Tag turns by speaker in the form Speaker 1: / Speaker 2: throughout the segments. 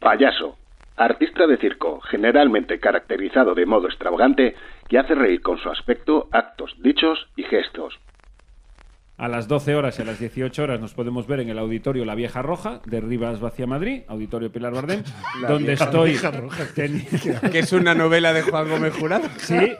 Speaker 1: Payaso. Artista de circo, generalmente caracterizado de modo extravagante, que hace reír con su aspecto, actos, dichos y gestos.
Speaker 2: A las 12 horas y a las 18 horas nos podemos ver en el auditorio La Vieja Roja de Rivas Vacia Madrid, auditorio Pilar Bardem, donde estoy. teni-
Speaker 3: Que es una novela de Juan Gómez Jurado.
Speaker 2: Sí.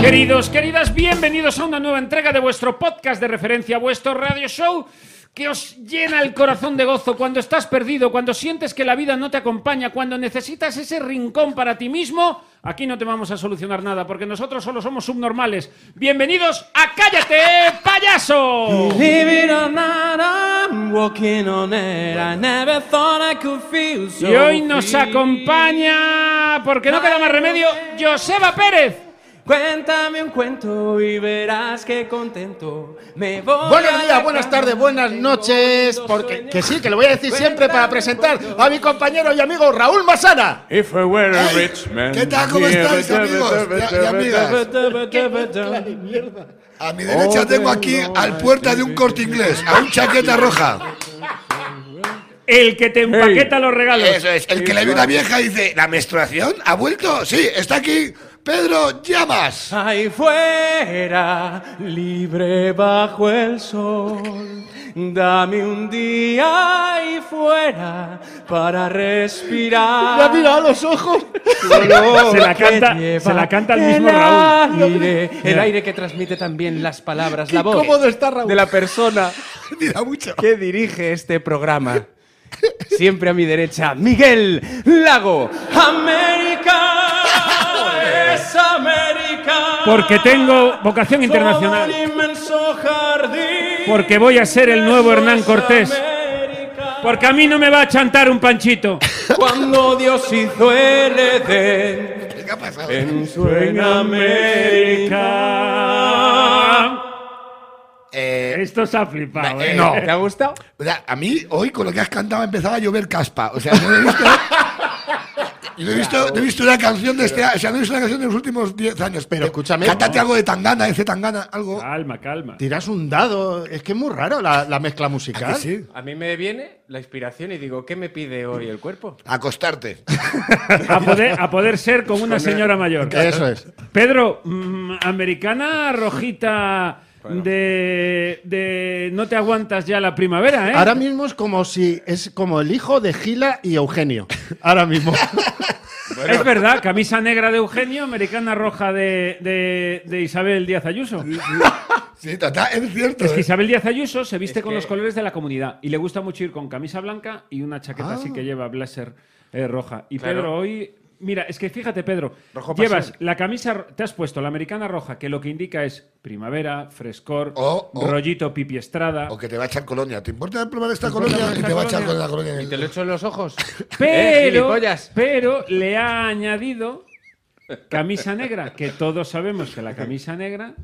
Speaker 2: Queridos, queridas, bienvenidos a una nueva entrega de vuestro podcast de referencia, vuestro radio show que os llena el corazón de gozo cuando estás perdido, cuando sientes que la vida no te acompaña, cuando necesitas ese rincón para ti mismo. Aquí no te vamos a solucionar nada porque nosotros solo somos subnormales. Bienvenidos a Cállate, payaso.
Speaker 3: Living on night, I'm walking on air. I never thought I could feel so
Speaker 2: Y hoy nos
Speaker 3: free.
Speaker 2: acompaña, porque no queda más remedio, Joseba Pérez.
Speaker 3: Cuéntame un cuento y verás que contento me voy.
Speaker 4: Buenos
Speaker 3: a
Speaker 4: días,
Speaker 3: la
Speaker 4: buenas
Speaker 3: cama,
Speaker 4: tardes, buenas
Speaker 3: tengo
Speaker 4: noches,
Speaker 3: dos
Speaker 4: porque
Speaker 3: sueños.
Speaker 4: que sí, que lo voy a decir siempre para presentar a mi compañero y amigo Raúl Masana.
Speaker 3: If I were a rich man,
Speaker 5: ¿Qué tal? ¿Cómo estáis, amigos y y amigas? A mi
Speaker 3: Oh,
Speaker 5: derecha tengo aquí al puerta de un corte inglés, a un chaqueta roja.
Speaker 2: El que te empaqueta los regalos.
Speaker 5: Eso es, el que le ve una vieja y dice, ¿la menstruación ha vuelto? Sí, está aquí Pedro Llamas.
Speaker 3: Ahí fuera, libre bajo el sol. Dame un día ahí fuera para respirar.
Speaker 4: La mira a los ojos.
Speaker 2: Se la
Speaker 3: que
Speaker 2: canta-
Speaker 3: lleva
Speaker 2: se la canta el
Speaker 3: el
Speaker 2: mismo Raúl.
Speaker 3: Aire, el
Speaker 2: Mira.
Speaker 3: aire que transmite también las palabras,
Speaker 4: Qué
Speaker 3: la voz
Speaker 4: cómodo está Raúl.
Speaker 3: de la persona
Speaker 5: Mira mucho.
Speaker 3: que dirige este programa. Siempre a mi derecha, Miguel Lago. América es América.
Speaker 2: Porque tengo vocación internacional.
Speaker 3: Todo un inmenso jardín.
Speaker 2: Porque voy a ser el nuevo
Speaker 3: Eso
Speaker 2: Hernán
Speaker 3: es
Speaker 2: Cortés.
Speaker 3: América.
Speaker 2: Porque a mí no me va a chantar un panchito.
Speaker 3: Cuando Dios hizo el Edén,
Speaker 5: ¿Qué ha pasado?
Speaker 3: en su en América.
Speaker 5: Eh,
Speaker 2: Esto se ha flipado, ¿eh?
Speaker 5: No.
Speaker 3: ¿Te ha gustado?
Speaker 5: o sea, a mí, hoy, con lo que has cantado, empezaba a llover caspa. O sea, no he visto... y no he visto, no he visto una canción de este, o sea, no he visto una canción de los últimos 10 años.
Speaker 4: Pero
Speaker 5: Eh,
Speaker 4: escúchame,
Speaker 5: Cántate algo de Tangana, ese Tangana, algo.
Speaker 2: Calma, calma.
Speaker 4: Tiras un dado, es que es muy raro la, la mezcla
Speaker 5: ¿A
Speaker 4: musical.
Speaker 5: que sí?
Speaker 3: A mí me viene la inspiración y digo, ¿qué me pide hoy el cuerpo?
Speaker 5: Acostarte.
Speaker 2: A poder, a poder ser con una señora mayor.
Speaker 4: Eso es.
Speaker 2: Pedro, mm, americana rojita de, de no te aguantas ya la primavera, ¿eh?
Speaker 4: Ahora mismo es como si es como el hijo de Gila y Eugenio. Ahora mismo.
Speaker 2: Es verdad, camisa negra de Eugenio, americana roja de, de- de Isabel Díaz Ayuso.
Speaker 5: Sí, total, es cierto.
Speaker 2: Es que
Speaker 5: eh.
Speaker 2: Isabel Díaz Ayuso se viste
Speaker 3: Es
Speaker 2: con
Speaker 3: que-
Speaker 2: los colores de la comunidad y le gusta mucho ir con camisa blanca y una chaqueta así que lleva blazer eh, roja. Y
Speaker 3: Claro.
Speaker 2: Pedro hoy... Mira, es que fíjate, Pedro,
Speaker 3: Rojo
Speaker 2: llevas
Speaker 3: pasión.
Speaker 2: la camisa, ro- te has puesto la americana roja, que lo que indica es primavera, frescor,
Speaker 5: O- o-
Speaker 2: rollito pipi estrada.
Speaker 5: O que te va a echar colonia. ¿Te importa probar esta colonia? Y
Speaker 2: esta
Speaker 5: te va a echar con
Speaker 2: colonia?
Speaker 5: la colonia. en
Speaker 3: Y
Speaker 5: el-
Speaker 3: te lo echo en los ojos. Eh,
Speaker 2: Pero,
Speaker 3: gilipollas.
Speaker 2: pero le ha añadido camisa negra, que todos sabemos que la camisa negra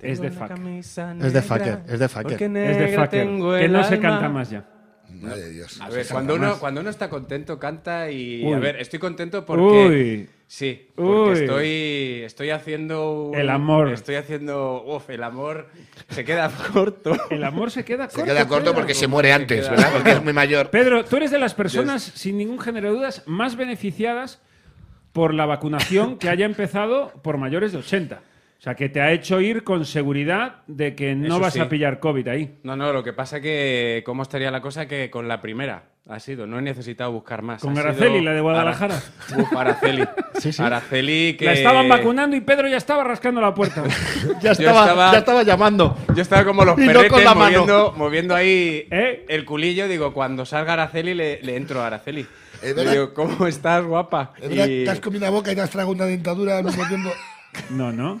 Speaker 2: es de fac.
Speaker 4: Es de fucker, es de fucker. Es
Speaker 2: Es de fucker, que no se canta más ya.
Speaker 5: Madre de Dios.
Speaker 3: A ver, cuando uno, cuando uno está contento, canta y.
Speaker 2: Uy.
Speaker 3: A ver, estoy contento porque.
Speaker 2: Uy.
Speaker 3: Sí, porque
Speaker 2: Uy.
Speaker 3: estoy, estoy haciendo. un-
Speaker 2: El amor.
Speaker 3: Estoy haciendo. Uf, el amor se queda corto.
Speaker 2: El amor se queda corto.
Speaker 5: Se queda corto
Speaker 2: Pedro.
Speaker 5: porque se muere antes,
Speaker 3: queda-
Speaker 5: ¿verdad? Porque es muy mayor.
Speaker 2: Pedro, tú eres de las personas, sin ningún género de dudas, más beneficiadas por la vacunación que haya empezado por mayores de 80. O sea, que te ha hecho ir con seguridad de que no
Speaker 3: Eso
Speaker 2: vas
Speaker 3: sí.
Speaker 2: a pillar COVID ahí.
Speaker 3: No, no, lo que pasa que. ¿Cómo estaría la cosa que con la primera? Ha sido, no he necesitado buscar más.
Speaker 2: Con
Speaker 3: Ha sido
Speaker 2: Araceli, la de
Speaker 3: Ara-
Speaker 2: Guadalajara.
Speaker 3: Uf, Araceli. Araceli que.
Speaker 2: La estaban vacunando y Pedro ya estaba rascando la puerta.
Speaker 3: Yo
Speaker 4: Ya estaba,
Speaker 3: estaba-
Speaker 4: ya estaba llamando.
Speaker 3: Yo estaba como los
Speaker 4: Y no
Speaker 3: perretes
Speaker 4: con la mano.
Speaker 3: moviendo, moviendo ahí
Speaker 2: ¿Eh?
Speaker 3: el culillo. Digo, cuando salga Araceli, le, le entro a Araceli.
Speaker 5: Es
Speaker 3: Le
Speaker 5: verdad.
Speaker 3: digo, ¿cómo estás, guapa?
Speaker 5: Es verdad,
Speaker 3: Y-
Speaker 5: te has comido una boca y te has tragado una dentadura al mismo tiempo.
Speaker 2: No, no.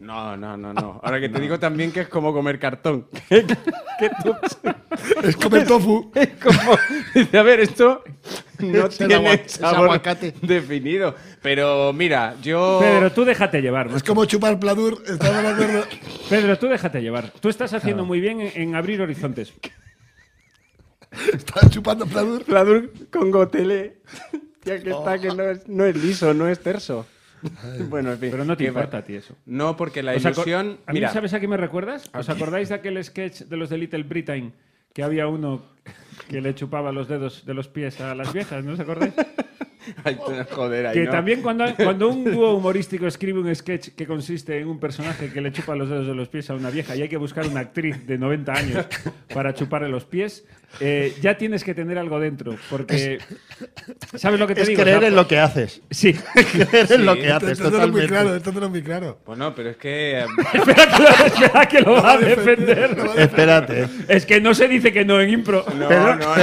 Speaker 3: No, no, no, no. Ahora que te digo también que es como comer cartón.
Speaker 5: Es comer tofu.
Speaker 3: Es como... Dice, a ver, esto no
Speaker 4: Es el
Speaker 3: tiene
Speaker 4: agua- es
Speaker 3: sabor
Speaker 4: aguacate.
Speaker 3: definido. Pero mira, yo...
Speaker 2: Pedro, tú déjate llevar.
Speaker 5: Es
Speaker 2: macho.
Speaker 5: como chupar pladur. Estaba de acuerdo.
Speaker 2: Pedro, tú déjate llevar. Tú estás haciendo muy bien en, en abrir horizontes.
Speaker 6: Está chupando pladur.
Speaker 3: Pladur con gotele. Ya
Speaker 2: Oh.
Speaker 3: que está, que no es, no es liso, no es terso. Bueno, en fin.
Speaker 2: Pero no te
Speaker 3: Que-
Speaker 2: importa a ti eso.
Speaker 3: No, porque la
Speaker 2: ¿Os aco-
Speaker 3: ilusión.
Speaker 2: ¿A mí
Speaker 3: mira,
Speaker 2: sabes a qué me recuerdas? ¿Os acordáis de aquel sketch de los de Little Britain? Que había uno que le chupaba los dedos de los pies a las viejas, ¿no os acordáis?
Speaker 3: Ay, joder, ahí
Speaker 2: Que
Speaker 3: no.
Speaker 2: también cuando, cuando un dúo humorístico escribe un sketch que consiste en un personaje que le chupa los dedos de los pies a una vieja y hay que buscar una actriz de 90 años para chuparle los pies, eh, ya tienes que tener algo dentro. Porque, ¿sabes lo que te
Speaker 4: Es
Speaker 2: digo?
Speaker 4: creer
Speaker 2: O sea,
Speaker 4: en lo que haces.
Speaker 2: Sí.
Speaker 4: Creer en lo que haces,
Speaker 6: Esto no es muy claro,
Speaker 4: Ah, totalmente.
Speaker 6: esto no es muy claro.
Speaker 3: Bueno, pero es que. eh,
Speaker 2: espera, que lo, espera que lo va a defender.
Speaker 4: Espérate.
Speaker 2: Es que no se dice que no en impro.
Speaker 3: No,
Speaker 4: Pedro-
Speaker 3: no, no.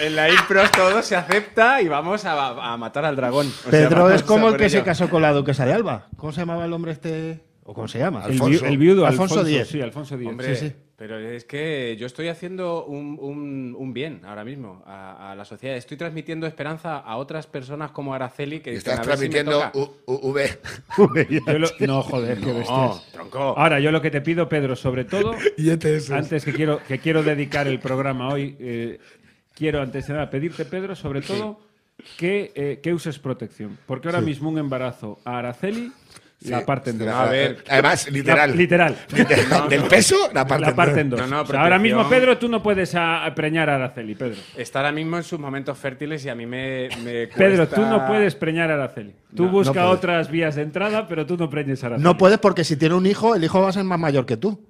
Speaker 3: En la impros todo se acepta y vamos a, a matar al dragón. O sea,
Speaker 4: Pedro
Speaker 3: vamos
Speaker 4: es como
Speaker 3: a
Speaker 4: el
Speaker 3: por
Speaker 4: que se
Speaker 3: ello.
Speaker 4: casó con la duquesa de Alba. ¿Cómo se llamaba el hombre este? ¿O cómo se llama?
Speaker 2: El,
Speaker 6: Alfonso.
Speaker 2: viu- el viudo
Speaker 4: Alfonso
Speaker 2: Alfonso,
Speaker 4: X.
Speaker 2: Sí, Alfonso X.
Speaker 3: Hombre,
Speaker 4: Sí, sí.
Speaker 3: pero es que yo estoy haciendo un, un- un bien ahora mismo a, a la sociedad. Estoy transmitiendo esperanza a otras personas como Araceli que dicen,
Speaker 6: Estás
Speaker 3: "A ver si me
Speaker 6: transmitiendo
Speaker 3: toca".
Speaker 6: U- U- V.
Speaker 2: Yo lo- no, joder, qué
Speaker 3: No,
Speaker 2: bestias.
Speaker 3: tronco.
Speaker 2: Ahora, yo lo que te pido, Pedro, sobre todo,
Speaker 6: Y este ETS.
Speaker 2: antes que quiero, que quiero dedicar el programa hoy, eh, quiero antes de nada pedirte, Pedro, sobre todo, que, eh, que uses protección. Porque ahora mismo un embarazo a Araceli la parte en dos.
Speaker 6: A
Speaker 3: A ver.
Speaker 6: Además, literal.
Speaker 2: La- literal.
Speaker 6: Del peso, la parte.
Speaker 2: La parte en dos.
Speaker 3: No, no,
Speaker 2: O sea, ahora
Speaker 3: protección.
Speaker 2: mismo, Pedro, tú no puedes a- a preñar a Araceli, Pedro.
Speaker 3: Está ahora mismo en sus momentos fértiles y a mí me, me
Speaker 2: Pedro,
Speaker 3: cuesta-
Speaker 2: tú no puedes preñar a Araceli. Tú
Speaker 4: No,
Speaker 2: busca
Speaker 4: no puedo.
Speaker 2: otras vías de entrada, pero tú no preñes a Araceli.
Speaker 4: No puedes porque si tiene un hijo, el hijo va a ser más mayor que tú.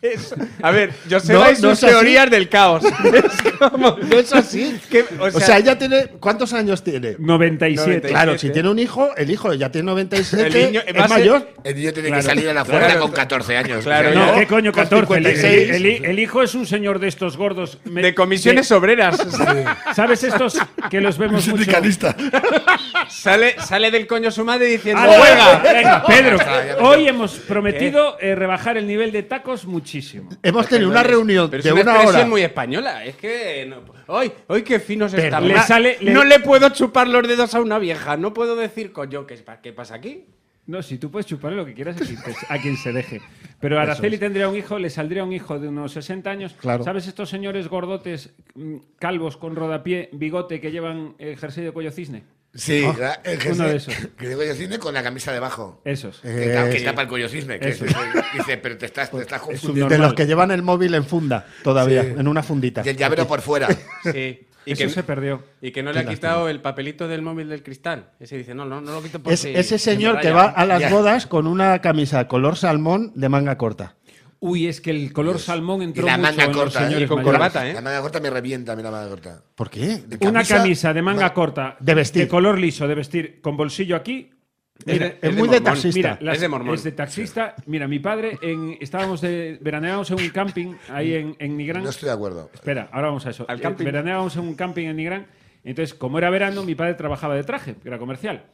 Speaker 3: Es- a ver, yo sé
Speaker 4: No,
Speaker 3: vais
Speaker 4: no
Speaker 3: sus
Speaker 4: es así.
Speaker 3: teorías del caos. Es como-
Speaker 4: No es así.
Speaker 3: que,
Speaker 4: O sea, ella tiene. ¿Cuántos años tiene?
Speaker 2: 97.
Speaker 3: 97.
Speaker 4: Claro, si tiene un hijo, el hijo ya tiene 97.
Speaker 3: El niño- va a
Speaker 4: es
Speaker 3: ser-
Speaker 4: mayor.
Speaker 6: El niño tiene
Speaker 2: Claro,
Speaker 6: que salir a la fuerza
Speaker 3: claro.
Speaker 6: con 14 años.
Speaker 3: Claro,
Speaker 2: No,
Speaker 3: ¿no?
Speaker 2: ¿qué coño?
Speaker 4: Con
Speaker 2: 14. El,
Speaker 4: 56.
Speaker 2: el- el- el hijo es un señor de estos gordos. me-
Speaker 3: de comisiones obreras. O sea,
Speaker 2: que- ¿Sabes estos que los
Speaker 6: Un
Speaker 2: vemos mucho?
Speaker 6: sindicalista.
Speaker 3: sale, sale del coño su madre diciendo
Speaker 2: ¡A la
Speaker 3: ¡Huelga!
Speaker 2: Ah, Venga, Pedro,
Speaker 6: está, ya está.
Speaker 2: hoy hemos prometido eh, rebajar el nivel de tacos muchísimo.
Speaker 4: Hemos
Speaker 3: Perdón,
Speaker 4: tenido una
Speaker 3: es-
Speaker 4: reunión
Speaker 3: pero
Speaker 4: de
Speaker 3: es una,
Speaker 4: una
Speaker 3: expresión
Speaker 4: hora.
Speaker 3: muy española. Es que. No, ¡Ay, ay, qué finos
Speaker 4: Pero
Speaker 3: estamos!
Speaker 2: le
Speaker 3: Na-
Speaker 2: sale- le-
Speaker 3: No le puedo chupar los dedos a una vieja. No puedo decir, coño, ¿qué, es pa- qué pasa aquí?
Speaker 2: No, si tú puedes chuparle lo que quieras a quien, te- a quien se deje. Pero Araceli tendría un hijo, le saldría un hijo de unos 60 años.
Speaker 4: Claro.
Speaker 2: ¿Sabes estos señores gordotes, mm, calvos, con rodapié, bigote, que llevan eh, jersey de cuello cisne?
Speaker 6: Sí, la- el jersey-
Speaker 2: uno de esos.
Speaker 6: Que digo yo cisne con la camisa debajo.
Speaker 2: Esos.
Speaker 6: Que,
Speaker 3: Ah,
Speaker 6: ta- que tapa el cuello cisne. Que
Speaker 2: eso.
Speaker 6: es- es- dice, pero te estás, te estás confundiendo.
Speaker 4: De
Speaker 2: normal.
Speaker 4: los que llevan el móvil en funda todavía,
Speaker 6: Sí.
Speaker 4: en una fundita.
Speaker 6: Y el llavero por fuera.
Speaker 3: Sí. Y
Speaker 2: Eso
Speaker 3: que,
Speaker 2: se perdió.
Speaker 3: y que no le ha quitado el papelito del móvil del cristal. Ese dice, no, no, no lo quito por
Speaker 4: Es,
Speaker 3: si-
Speaker 4: ese
Speaker 3: si me
Speaker 4: señor que
Speaker 3: rayan".
Speaker 4: va a las
Speaker 6: Ya.
Speaker 4: bodas con una camisa color salmón de manga corta.
Speaker 2: Uy, es que el color salmón entró
Speaker 6: Y la
Speaker 2: mucho
Speaker 6: manga
Speaker 2: en los
Speaker 6: corta, ¿eh?
Speaker 2: señores
Speaker 6: Y con
Speaker 2: mayores.
Speaker 3: corbata. ¿eh?
Speaker 6: La manga corta me revienta, a mí la manga corta.
Speaker 4: ¿Por qué?
Speaker 6: De
Speaker 2: Una camisa de manga corta,
Speaker 4: De vestir.
Speaker 2: de color liso, de vestir, con bolsillo aquí.
Speaker 3: Es de-
Speaker 2: Mira,
Speaker 4: es
Speaker 3: de
Speaker 4: muy de
Speaker 3: mormón.
Speaker 4: taxista.
Speaker 2: Mira,
Speaker 3: Mira, es de mormón.
Speaker 2: es de taxista. Mira, mi padre, en, estábamos de, veraneábamos en un camping ahí en, en Nigrán.
Speaker 6: No estoy de acuerdo.
Speaker 2: Espera, ahora vamos a eso.
Speaker 3: Al
Speaker 2: Eh,
Speaker 3: camping.
Speaker 2: Veraneábamos en un camping en Nigrán. Entonces, como era verano, mi padre trabajaba de traje, que era comercial.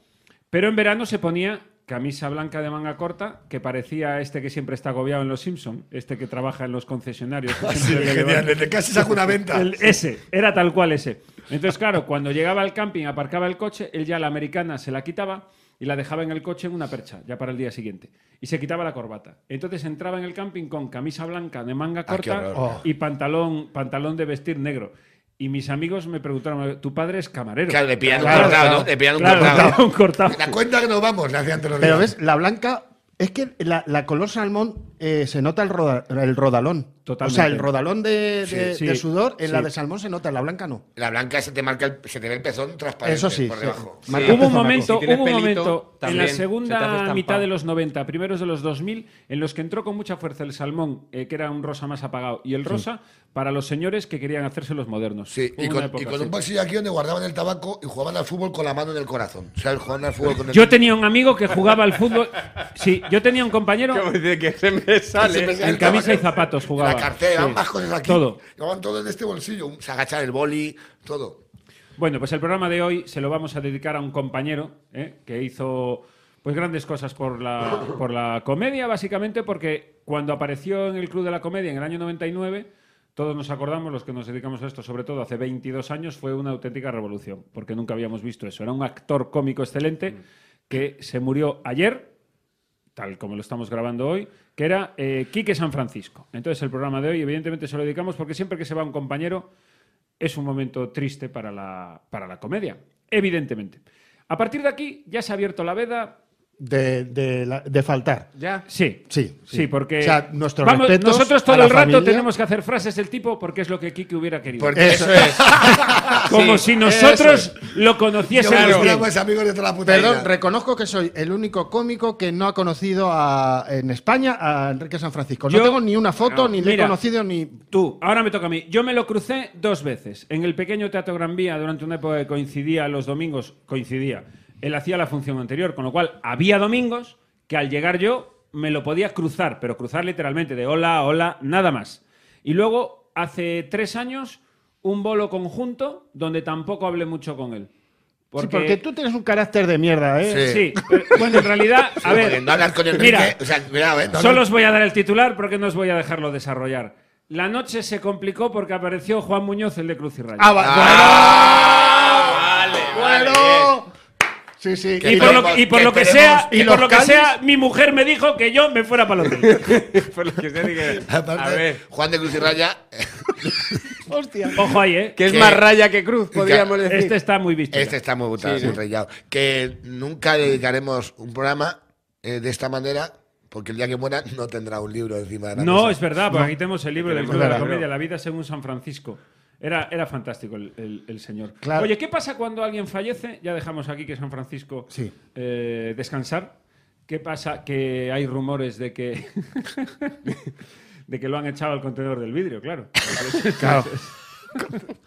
Speaker 2: Pero en verano se ponía camisa blanca de manga corta, que parecía este que siempre está agobiado en Los Simpson, este que trabaja en los concesionarios. que
Speaker 6: Ah, Sí,
Speaker 2: siempre le
Speaker 6: genial.
Speaker 2: levantan-
Speaker 6: Desde casi saco una venta.
Speaker 2: el- ese, era tal cual ese. Entonces, claro, cuando llegaba al camping, aparcaba el coche, él ya la americana se la quitaba y la dejaba en el coche en una percha, ya para el día siguiente. Y se quitaba la corbata. Entonces entraba en el camping con camisa blanca de manga
Speaker 6: Ah, qué
Speaker 2: corta
Speaker 6: horror.
Speaker 2: y pantalón, pantalón de vestir negro. Y mis amigos me preguntaron, ¿tu padre es camarero?
Speaker 6: Claro, le pillan un
Speaker 2: Claro,
Speaker 6: cortado, ¿no?
Speaker 2: claro.
Speaker 6: Le pillan un
Speaker 2: Claro,
Speaker 6: cortado.
Speaker 2: un cortado.
Speaker 6: La cuenta que nos vamos, la hacía antes los
Speaker 4: Pero
Speaker 6: días.
Speaker 4: ves, la blanca. Es que la, la color salmón eh, se nota el, roda- el rodalón.
Speaker 2: Totalmente.
Speaker 4: O sea, el rodalón de, de-
Speaker 2: Sí, sí,
Speaker 4: de sudor en
Speaker 2: sí.
Speaker 4: la de salmón se nota, en la blanca no.
Speaker 6: La blanca se te marca el, se te ve el pezón transparente
Speaker 4: Eso sí.
Speaker 6: por
Speaker 4: sí.
Speaker 6: debajo.
Speaker 4: Marca
Speaker 2: Hubo un
Speaker 4: pezonaco.
Speaker 2: momento,
Speaker 3: Si tienes
Speaker 2: hubo un
Speaker 3: pelito,
Speaker 2: momento en la
Speaker 3: también, se te hace
Speaker 2: segunda
Speaker 3: estampado.
Speaker 2: mitad de los 90, primeros de los 2000, en los que entró con mucha fuerza el salmón, eh, que era un rosa más apagado, y el rosa para los señores que querían hacerse los modernos.
Speaker 6: Sí,
Speaker 2: Hubo
Speaker 6: y
Speaker 2: una
Speaker 6: con,
Speaker 2: época
Speaker 6: y con
Speaker 2: así.
Speaker 6: un bolsillo aquí donde guardaban el tabaco y jugaban al fútbol con la mano en el corazón. O sea, jugaban al fútbol con el
Speaker 2: Yo tenía un amigo que jugaba al fútbol. Sí, yo tenía un compañero
Speaker 3: Como dice que se me sale.
Speaker 6: Se me sale
Speaker 2: en
Speaker 6: el
Speaker 2: camisa y
Speaker 6: tabaco.
Speaker 2: zapatos jugaba.
Speaker 6: La cartera,
Speaker 2: Sí,
Speaker 6: ambas cosas aquí.
Speaker 2: Todo.
Speaker 6: Llevaban todo en este bolsillo. un- Se agachar el boli, todo.
Speaker 2: Bueno, pues el programa de hoy se lo vamos a dedicar a un compañero ¿eh? que hizo pues grandes cosas por la, por la comedia, básicamente porque cuando apareció en el Club de la Comedia en el año 99, todos nos acordamos, los que nos dedicamos a esto, sobre todo hace 22 años, fue una auténtica revolución, porque nunca habíamos visto eso. Era un actor cómico excelente que se murió ayer, tal como lo estamos grabando hoy, que era eh, Quique San Francisco. Entonces el programa de hoy evidentemente se lo dedicamos porque siempre que se va un compañero es un momento triste para la, para la comedia, evidentemente. A partir de aquí ya se ha abierto la veda.
Speaker 4: de, de la- de faltar.
Speaker 3: Ya.
Speaker 2: Sí,
Speaker 4: Sí,
Speaker 2: sí,
Speaker 4: sí.
Speaker 2: porque
Speaker 4: O sea, nuestros
Speaker 2: vamos,
Speaker 4: respetos
Speaker 2: nosotros
Speaker 4: a
Speaker 2: todo
Speaker 4: la
Speaker 2: el rato
Speaker 4: familia.
Speaker 2: tenemos que hacer frases del tipo porque es lo que Quique hubiera querido.
Speaker 6: Porque eso es.
Speaker 2: Como si
Speaker 3: Sí, eso
Speaker 2: nosotros lo
Speaker 6: Yo
Speaker 2: conociésemos.
Speaker 6: claro.
Speaker 2: bien.
Speaker 6: amigos de toda la puta
Speaker 4: Perdón,
Speaker 6: vida.
Speaker 4: reconozco que soy el único cómico que no ha conocido a- en España a Enrique San Francisco. No
Speaker 2: Yo-
Speaker 4: tengo ni una foto,
Speaker 2: No,
Speaker 4: ni le he
Speaker 2: mira.
Speaker 4: conocido, ni.
Speaker 2: Tú, ahora me toca a mí. Yo me lo crucé dos veces. En el pequeño Teatro Gran Vía, durante una época que coincidía los domingos, coincidía. Él hacía la función anterior, con lo cual había domingos que al llegar yo me lo podía cruzar, pero cruzar literalmente de hola, hola, nada más. Y luego, hace tres años, un bolo conjunto donde tampoco hablé mucho con él.
Speaker 4: Sí, porque tú tienes un carácter de mierda, ¿eh?
Speaker 6: Sí.
Speaker 2: Sí, pero- bueno, en realidad, a
Speaker 6: Porque
Speaker 2: ver.
Speaker 6: no hablar con Enrique.
Speaker 2: mira,
Speaker 6: o sea, cuidado, eh, no
Speaker 2: Solo
Speaker 6: hablar-
Speaker 2: os voy a dar el titular porque no os voy a dejarlo desarrollar. La noche se complicó porque apareció Juan Muñoz, el de Cruz y Raya.
Speaker 4: Ah, va-
Speaker 6: vale,
Speaker 4: bueno,
Speaker 6: bien.
Speaker 4: bueno. Sí, sí.
Speaker 6: Que
Speaker 2: y
Speaker 4: Y
Speaker 2: por,
Speaker 6: lo-
Speaker 2: lo, y por
Speaker 6: que
Speaker 2: lo que
Speaker 6: esperemos-
Speaker 2: sea,
Speaker 4: y
Speaker 2: y por
Speaker 4: los
Speaker 2: lo que
Speaker 4: Cádiz-
Speaker 2: sea, mi mujer me dijo que yo me fuera para el hotel.
Speaker 3: Por lo que usted diga. A
Speaker 6: Aparte,
Speaker 3: ver.
Speaker 6: Juan de Cruz y Raya,
Speaker 4: Hostia.
Speaker 2: Ojo ahí, ¿eh?
Speaker 3: Que es
Speaker 6: Que-
Speaker 3: más raya que cruz, podríamos decir.
Speaker 2: Este está muy visto.
Speaker 6: este está muy butado, muy rayado. Que nunca dedicaremos un programa eh, de esta manera, porque el día que muera no tendrá un libro encima de la
Speaker 2: No,
Speaker 6: mesa.
Speaker 2: es verdad, porque aquí tenemos el libro del Club de la
Speaker 4: verdad.
Speaker 2: Comedia, La vida según San Francisco. Era, era fantástico el, el- el señor.
Speaker 4: Claro.
Speaker 2: Oye, ¿qué pasa cuando alguien fallece? Ya dejamos aquí que San Francisco
Speaker 4: Sí.
Speaker 2: eh, descansar. ¿Qué pasa? Que hay rumores de que. de que lo han echado al contenedor del vidrio, claro. claro.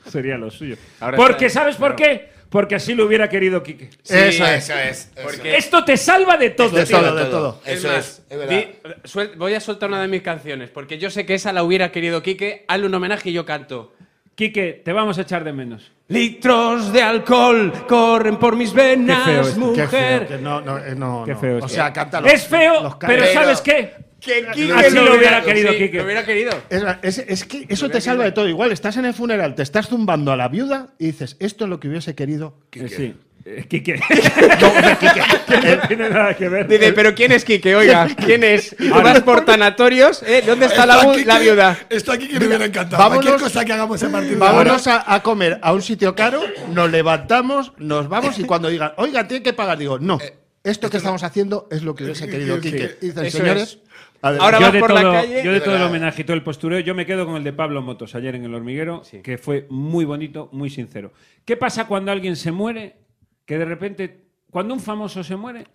Speaker 2: Sería lo suyo.
Speaker 3: Ahora
Speaker 2: porque,
Speaker 3: está-
Speaker 2: ¿sabes por qué? Porque así lo hubiera querido Quique.
Speaker 6: Sí,
Speaker 4: Eso
Speaker 6: eso
Speaker 4: es.
Speaker 6: es. Eso es.
Speaker 2: Esto te salva de todo,
Speaker 6: De
Speaker 2: tío.
Speaker 6: todo,
Speaker 4: de
Speaker 6: de
Speaker 4: todo.
Speaker 6: todo. Eso es. Es verdad.
Speaker 3: di- suel- voy a soltar una de mis canciones, porque yo sé que esa la hubiera querido Quique. Hazle un homenaje y yo canto.
Speaker 2: Quique, te vamos a echar de menos.
Speaker 3: Litros de alcohol corren por mis venas,
Speaker 2: Qué feo esto,
Speaker 4: Qué
Speaker 3: mujer.
Speaker 4: feo, que no, no, eh, no,
Speaker 2: Qué
Speaker 4: no.
Speaker 2: feo
Speaker 4: O
Speaker 2: esto.
Speaker 4: sea, cántalo.
Speaker 2: Es feo,
Speaker 4: Los
Speaker 2: pero
Speaker 4: canes.
Speaker 2: ¿sabes qué?
Speaker 3: Quique
Speaker 2: Así lo hubiera
Speaker 3: sí,
Speaker 2: querido, Quique.
Speaker 3: Lo hubiera querido.
Speaker 4: Es, es- es que eso te salva de todo. Igual estás en el funeral, te estás zumbando a la viuda y dices, esto es lo que hubiese querido.
Speaker 2: Eh, sí. Eh, Quique. Que no tiene nada que ver.
Speaker 3: Dice, pero ¿quién es Quique? Oiga, ¿quién es? Y tú vas por tanatorios, ¿eh? ¿Dónde está la,
Speaker 6: Esto
Speaker 3: bu-
Speaker 6: aquí
Speaker 3: la
Speaker 6: que-
Speaker 3: viuda?
Speaker 6: Esto aquí que me hubiera encantado.
Speaker 4: vámonos-
Speaker 6: Cualquier cosa que hagamos a partir de ahora.
Speaker 4: Vámonos a, a comer a un sitio caro, nos levantamos, nos vamos y cuando digan, oiga, tiene que pagar, digo, no.
Speaker 2: Eh,
Speaker 4: Esto que estamos haciendo es lo que hubiese querido Quique. Y dicen,
Speaker 3: Eso
Speaker 4: señores, a ver,
Speaker 3: Ahora
Speaker 2: yo
Speaker 3: vas
Speaker 2: de,
Speaker 3: por
Speaker 2: todo,
Speaker 3: la calle.
Speaker 2: yo de todo el
Speaker 6: verdad.
Speaker 2: homenaje y todo el postureo, yo me quedo con el de Pablo Motos ayer en El Hormiguero, que fue muy bonito, muy sincero. ¿Qué pasa cuando alguien se muere? Que de repente, cuando un famoso se muere,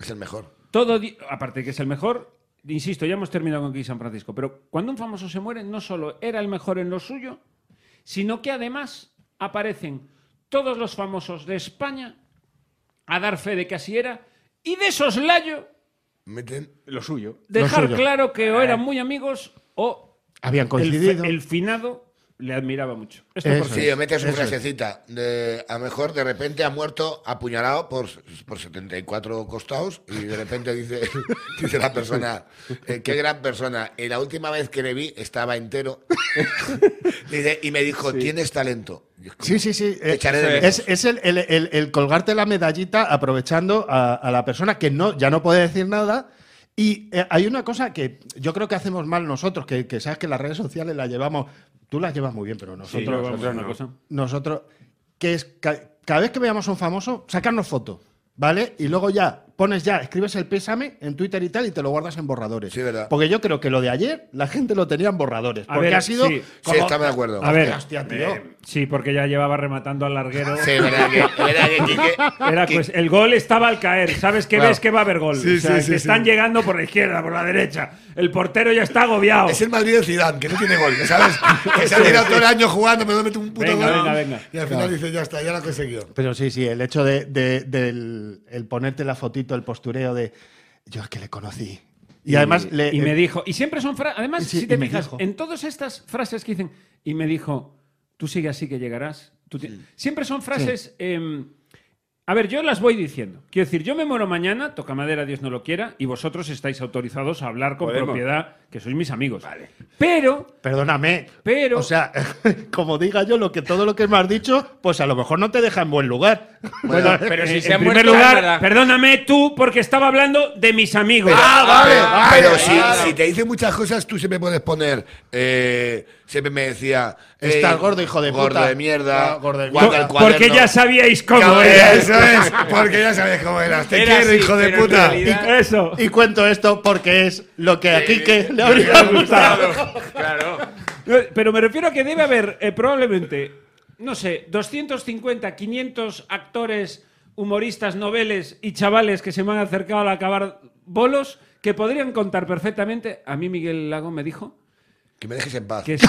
Speaker 6: Es el mejor.
Speaker 2: todo. di- Aparte de que es el mejor, insisto, ya hemos terminado con Quique San Francisco, pero cuando un famoso se muere, no solo era el mejor en lo suyo, sino que además aparecen todos los famosos de España a dar fe de que así era y de soslayo
Speaker 6: Meten.
Speaker 3: Lo suyo.
Speaker 2: dejar
Speaker 4: suyo.
Speaker 2: claro que o eran muy amigos o
Speaker 4: habían
Speaker 2: el,
Speaker 4: coincidido.
Speaker 2: fe- el finado le admiraba mucho. Esto
Speaker 4: Eso
Speaker 2: por
Speaker 4: es.
Speaker 6: Sí,
Speaker 2: fin.
Speaker 6: o metes una
Speaker 4: Eso es.
Speaker 6: frasecita. De, a lo mejor de repente ha muerto apuñalado por, por 74 costados y de repente dice, dice la persona, eh, qué gran persona. Y la última vez que le vi estaba entero Dice, y me dijo, tienes talento. Y es como,
Speaker 4: Sí, sí, sí.
Speaker 6: Te echaré de
Speaker 4: Eh,
Speaker 6: menos.
Speaker 4: es es el, el- el- el colgarte la medallita aprovechando a, a la persona que no, ya no puede decir nada. Y eh, hay una cosa que yo creo que hacemos mal nosotros, que, que sabes que las redes sociales las llevamos, tú las llevas muy bien, pero
Speaker 2: Sí,
Speaker 4: nosotros,
Speaker 2: nosotros vamos a una cosa.
Speaker 4: nosotros, que es ca- cada vez que veamos a un famoso, sacarnos foto, ¿vale? Y luego ya pones ya, escribes el pésame en Twitter y tal y te lo guardas en borradores.
Speaker 6: Sí, verdad.
Speaker 4: Porque yo creo que lo de ayer la gente lo tenía en borradores.
Speaker 2: A
Speaker 4: porque
Speaker 2: ver,
Speaker 4: ha sido
Speaker 2: sí.
Speaker 6: Sí, estamos de acuerdo.
Speaker 2: A ver,
Speaker 4: Hostia, tío.
Speaker 2: sí, porque ya llevaba rematando al larguero.
Speaker 6: Sí, verdad que, verdad que Quique-
Speaker 2: Era,
Speaker 6: Qui-
Speaker 2: pues, el gol estaba al caer. ¿Sabes qué
Speaker 6: Claro.
Speaker 2: ves que va a haber gol?
Speaker 6: Sí,
Speaker 2: o sea,
Speaker 6: sí, sí,
Speaker 2: que están
Speaker 6: sí.
Speaker 2: llegando por la izquierda, por la derecha. El portero ya está agobiado.
Speaker 6: Es el Madrid de Zidane, que no tiene gol, ¿sabes? Que se ha tirado todo el año jugando, me voy a meter un puto
Speaker 2: Venga,
Speaker 6: gol.
Speaker 2: venga, venga.
Speaker 6: Y al final dice, ya está, ya lo he conseguido.
Speaker 4: Pero sí, sí, el hecho de, de- del el ponerte la fotito, el postureo de yo es que le conocí. Y, además le
Speaker 2: y me
Speaker 4: eh,
Speaker 2: dijo, y siempre son frases, además,
Speaker 4: Sí,
Speaker 2: si te
Speaker 4: y me
Speaker 2: fijas,
Speaker 4: dijo.
Speaker 2: en todas estas frases que dicen, y me dijo, tú sigue así que llegarás. tú ti-". Siempre son frases em, A ver, yo las voy diciendo. Quiero decir, yo me muero mañana, toca madera, Dios no lo quiera, y vosotros estáis autorizados a hablar con
Speaker 3: Podemos.
Speaker 2: propiedad, que sois mis amigos. Vale. Pero,
Speaker 4: Perdóname.
Speaker 2: Pero-
Speaker 4: O sea, como diga yo lo que todo lo que me has dicho, pues a lo mejor no te deja en buen lugar. eh,
Speaker 6: Bueno,
Speaker 3: Pero si
Speaker 2: eh, en
Speaker 3: se ha
Speaker 2: primer
Speaker 3: muerto
Speaker 2: lugar,
Speaker 3: Bárbara.
Speaker 2: perdóname tú, porque estaba hablando de mis amigos.
Speaker 3: Ah,
Speaker 6: vale,
Speaker 3: vale,
Speaker 6: Pero
Speaker 3: vale,
Speaker 6: si,
Speaker 3: vale.
Speaker 6: si te dice muchas cosas, tú siempre puedes poner. eh, siempre me decía.
Speaker 4: Estás
Speaker 6: "Ey,
Speaker 4: gordo, hijo de
Speaker 6: eh, gordo
Speaker 4: puta".
Speaker 6: De mierda,
Speaker 4: Ah, gordo de
Speaker 6: guarda
Speaker 4: mierda.
Speaker 6: el
Speaker 2: Por- porque
Speaker 6: cuaderno.
Speaker 2: ya sabíais cómo
Speaker 6: Cabrón,
Speaker 2: era.
Speaker 6: Eso es, porque ya sabes cómo eras. Te
Speaker 3: Era
Speaker 6: quiero,
Speaker 3: así,
Speaker 6: hijo de
Speaker 3: pero en
Speaker 6: puta.
Speaker 3: realidad-
Speaker 2: Eso.
Speaker 4: Y cuento esto porque es lo que a Quique le
Speaker 6: habría
Speaker 4: habría gustado.
Speaker 3: Claro.
Speaker 2: Pero me refiero a que debe haber eh, probablemente, no sé, 250, 500 actores, humoristas, noveles y chavales que se me han acercado al acabar bolos que podrían contar perfectamente. A mí Miguel Lago me dijo
Speaker 6: Que me dejes en paz.
Speaker 2: que sí.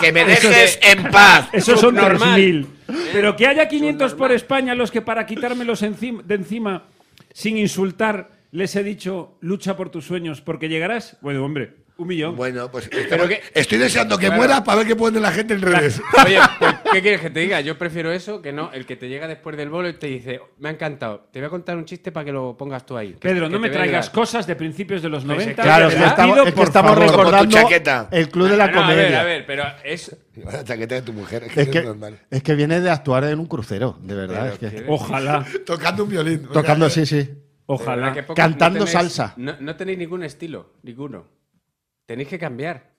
Speaker 6: Que me dejes en paz.
Speaker 2: Esos son
Speaker 3: Subnormal.
Speaker 2: 3.000. Pero que haya 500 por España los que para quitármelos encima- de encima sin insultar les he dicho lucha por tus sueños porque llegarás. Bueno, hombre, un millón.
Speaker 6: Bueno, pues
Speaker 3: Pero
Speaker 6: estamos-
Speaker 3: que-
Speaker 6: estoy deseando que
Speaker 3: Claro.
Speaker 6: muera para ver qué pone la gente en redes.
Speaker 3: Oye, pues, ¿qué quieres que te diga? Yo prefiero eso que no el que te llega después del bolo y te dice, me ha encantado, te voy a contar un chiste para que lo pongas tú ahí.
Speaker 2: Pedro,
Speaker 3: Que
Speaker 2: no
Speaker 3: te
Speaker 2: me
Speaker 3: voy a
Speaker 2: traigas
Speaker 3: ayudar.
Speaker 2: cosas de principios de los
Speaker 3: Pues,
Speaker 2: 90. Te
Speaker 4: Claro, es que
Speaker 2: lo
Speaker 4: estamos,
Speaker 2: pido,
Speaker 4: es que
Speaker 2: por
Speaker 4: estamos
Speaker 2: favor.
Speaker 6: Como tu
Speaker 4: recordando
Speaker 6: chaqueta.
Speaker 4: el Club de la
Speaker 3: No, a ver,
Speaker 4: Comedia.
Speaker 3: a ver, pero es...
Speaker 6: La chaqueta de tu mujer, es que
Speaker 4: Es
Speaker 6: es
Speaker 4: que,
Speaker 6: normal.
Speaker 4: es que viene de actuar en un crucero, de verdad. Es que-
Speaker 2: Ojalá,
Speaker 6: Tocando un violín. o sea,
Speaker 4: tocando, sí, sí.
Speaker 2: ojalá.
Speaker 3: que pocos-
Speaker 4: Cantando
Speaker 3: no tenéis-
Speaker 4: salsa.
Speaker 3: No, no tenéis ningún estilo, ninguno. Tenéis que cambiar.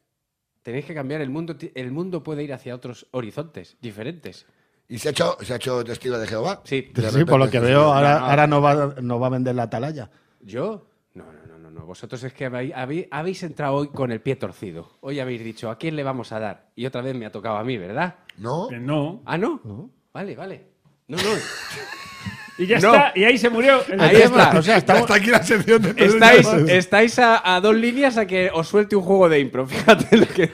Speaker 3: Tenéis que cambiar. El mundo, ti- el mundo puede ir hacia otros horizontes diferentes.
Speaker 6: ¿Y se ha, hecho, se ha hecho testigo de Jehová?
Speaker 3: Sí.
Speaker 6: De
Speaker 4: Sí, por lo
Speaker 6: repente,
Speaker 4: que
Speaker 6: sí,
Speaker 4: veo,
Speaker 6: sí.
Speaker 4: ahora,
Speaker 3: no.
Speaker 4: ahora no, va, no va a vender la atalaya.
Speaker 3: ¿Yo? No, no, no, no. no. Vosotros es que habéis, habéis- habéis entrado hoy con el pie torcido. Hoy habéis dicho, ¿a quién le vamos a dar? Y otra vez me ha tocado a mí, ¿verdad?
Speaker 6: ¿No?
Speaker 2: Que no.
Speaker 3: Ah, no. Vale, vale. No, no.
Speaker 2: Y ya
Speaker 3: No.
Speaker 2: está, y ahí se murió. El
Speaker 3: Ahí
Speaker 2: tema.
Speaker 3: está.
Speaker 4: O sea, estamos-
Speaker 6: Hasta aquí la sección de
Speaker 3: Estáis, estáis a, a dos líneas a que os suelte un juego de impro. Fíjate lo que.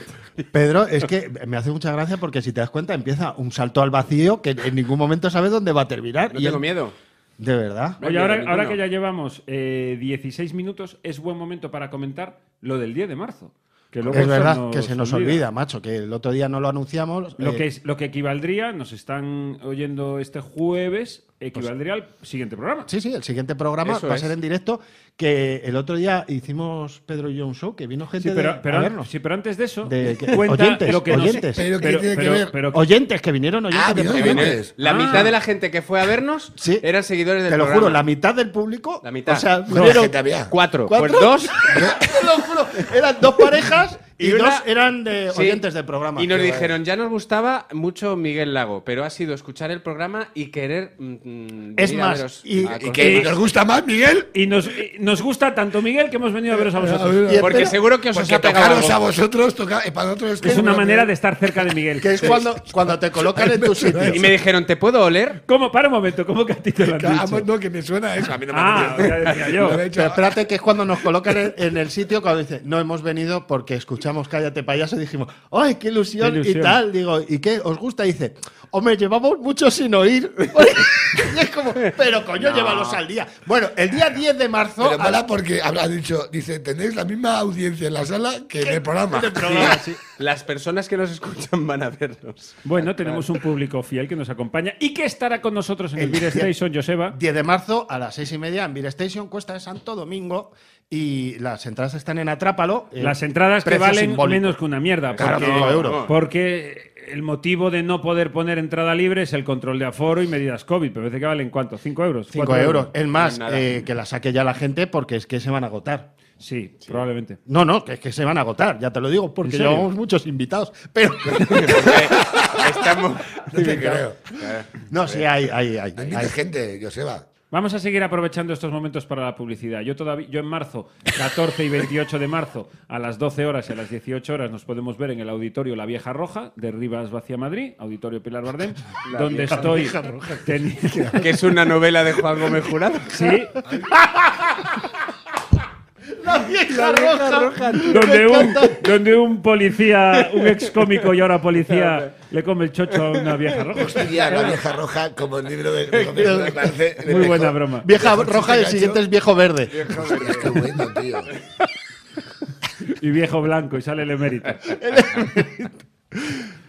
Speaker 4: Pedro, es que me hace mucha gracia porque si te das cuenta empieza un salto al vacío que en ningún momento sabes dónde va a terminar.
Speaker 3: No
Speaker 4: y
Speaker 3: tengo
Speaker 4: él-
Speaker 3: miedo.
Speaker 4: De verdad.
Speaker 2: Oye, ahora,
Speaker 3: Ninguno.
Speaker 2: ahora que ya llevamos eh, 16 minutos, es buen momento para comentar lo del 10 de marzo. Que luego
Speaker 4: Es
Speaker 2: se
Speaker 4: verdad que se nos olvida. macho, que el otro día no lo anunciamos.
Speaker 2: Lo
Speaker 4: eh,
Speaker 2: que, es, lo que equivaldría, nos están oyendo este jueves, equivaldría
Speaker 3: Pues-
Speaker 2: al siguiente programa.
Speaker 4: Sí, sí, el siguiente programa
Speaker 3: Eso
Speaker 4: va
Speaker 3: es.
Speaker 4: a ser en directo. Que el otro día hicimos Pedro y yo un show que vino gente
Speaker 2: Sí, pero,
Speaker 4: de,
Speaker 2: pero
Speaker 4: a
Speaker 2: an-
Speaker 4: vernos.
Speaker 2: sí, pero antes de eso,
Speaker 4: De- que-
Speaker 2: cuenta
Speaker 4: oyentes,
Speaker 2: lo que nos-
Speaker 4: oyentes.
Speaker 6: Pero ¿qué tiene que ver?
Speaker 2: pero-
Speaker 4: oyentes que vinieron, oyentes
Speaker 6: Ah,
Speaker 4: de
Speaker 6: vino
Speaker 4: Madrid.
Speaker 6: gente.
Speaker 3: Viene- Eh, La
Speaker 2: Ah.
Speaker 3: mitad de la gente que fue a vernos
Speaker 4: Sí.
Speaker 3: eran seguidores del
Speaker 4: Te lo juro,
Speaker 3: programa.
Speaker 4: la mitad del público.
Speaker 3: La mitad.
Speaker 4: O sea,
Speaker 3: No,
Speaker 4: vinieron-
Speaker 6: gente había.
Speaker 3: Cuatro.
Speaker 4: ¿Cuatro?
Speaker 3: Pues dos.
Speaker 4: Te lo juro, Eran dos parejas y,
Speaker 3: Y una-
Speaker 4: dos eran de
Speaker 3: Sí.
Speaker 4: oyentes del programa.
Speaker 3: Y nos
Speaker 4: Qué
Speaker 3: dijeron, ya nos gustaba mucho Miguel Lago, pero ha sido escuchar el programa y querer. mm, mm,
Speaker 4: Es
Speaker 3: venir a
Speaker 4: más,
Speaker 3: veros
Speaker 4: y-
Speaker 3: a
Speaker 6: ¿Y que
Speaker 3: cosas.
Speaker 6: nos gusta más, Miguel?
Speaker 2: Y nos, y nos gusta tanto Miguel que hemos venido a veros
Speaker 6: Eh,
Speaker 2: a vosotros.
Speaker 4: Y
Speaker 3: Porque
Speaker 4: espera,
Speaker 3: seguro que os, os
Speaker 6: Porque
Speaker 3: ha pegado.
Speaker 6: tocaros a
Speaker 3: algo.
Speaker 6: vosotros, toca, eh, para nosotros
Speaker 2: Es una
Speaker 5: eh,
Speaker 2: manera de estar cerca de Miguel.
Speaker 4: Que es cuando, cuando te colocan en tu sitio.
Speaker 3: Y me dijeron, ¿te puedo oler?
Speaker 2: ¿Cómo? Para un momento, ¿cómo que a ti te lo han
Speaker 6: Ah,
Speaker 2: dicho?
Speaker 6: no, que me suena eso. A mí no me
Speaker 2: Ah,
Speaker 6: suena.
Speaker 2: ya decía yo.
Speaker 6: Lo he hecho.
Speaker 4: Pero espérate, que es cuando nos colocan en, en el sitio, cuando dicen, no hemos venido porque escuchamos Cállate Payaso, y dijimos, ¡ay, qué ilusión!
Speaker 2: Qué ilusión.
Speaker 4: Y tal, digo, ¿y qué? ¿Os gusta? Y dice, hombre, llevamos mucho sin oír. y es como, pero coño, llévalos al día. Bueno, el día 10 de marzo,
Speaker 6: Pero
Speaker 4: a
Speaker 6: mala porque habrá dicho, dice, tenéis la misma audiencia en la sala que en el programa.
Speaker 3: Las personas que nos escuchan van a vernos.
Speaker 2: Bueno, tenemos un público fiel que nos acompaña y que estará con nosotros en el
Speaker 4: El
Speaker 2: Beer
Speaker 4: día-
Speaker 2: Station, Joseba.
Speaker 4: 10 de marzo a las 6 y media en Beer Station, Cuesta de Santo Domingo. Y las entradas están en Atrápalo. eh,
Speaker 2: Las entradas que
Speaker 4: precio
Speaker 2: valen
Speaker 4: simbólico.
Speaker 2: menos que una mierda.
Speaker 4: Claro,
Speaker 2: porque,
Speaker 4: cinco euros.
Speaker 2: porque el motivo de no poder poner entrada libre es el control de aforo y medidas COVID. Pero parece que valen cuánto, cinco euros.
Speaker 4: 5
Speaker 2: ¿Cuatro
Speaker 4: euros. Es más,
Speaker 3: No es nada.
Speaker 4: eh, que las saque ya la gente porque es que se van a agotar.
Speaker 2: Sí, probablemente.
Speaker 4: No, no, que es que se van a agotar, ya te lo digo, porque
Speaker 2: ¿En serio?
Speaker 4: llevamos muchos invitados. Pero.
Speaker 3: Estamos.
Speaker 6: No te creo.
Speaker 4: no, sí, hay, hay, hay.
Speaker 6: No
Speaker 4: hay.
Speaker 6: invites gente, Joseba.
Speaker 2: Vamos a seguir aprovechando estos momentos para la publicidad. Yo todavía, yo en marzo, 14 y 28 de marzo, a las 12 horas y a las 18 horas nos podemos ver en el auditorio La Vieja Roja de Rivas Vacia Madrid, auditorio Pilar Bardem, donde estoy. teni-
Speaker 3: Que es una novela de Juan Gómez Jurado.
Speaker 2: Sí,
Speaker 4: La vieja roja.
Speaker 2: donde
Speaker 4: Me
Speaker 2: un,
Speaker 4: encanta.
Speaker 2: donde un policía, un ex cómico y ahora policía, le come el chocho a una vieja roja.
Speaker 6: Hostia, la vieja roja, como el libro de. de- de- de-
Speaker 2: Muy buena
Speaker 6: de-
Speaker 2: broma.
Speaker 4: Vieja
Speaker 6: Mejor
Speaker 4: roja y
Speaker 6: si te
Speaker 4: el
Speaker 6: cacho.
Speaker 4: siguiente es viejo verde.
Speaker 6: Hostia, qué bueno, tío.
Speaker 2: Y viejo blanco, y sale el emérito.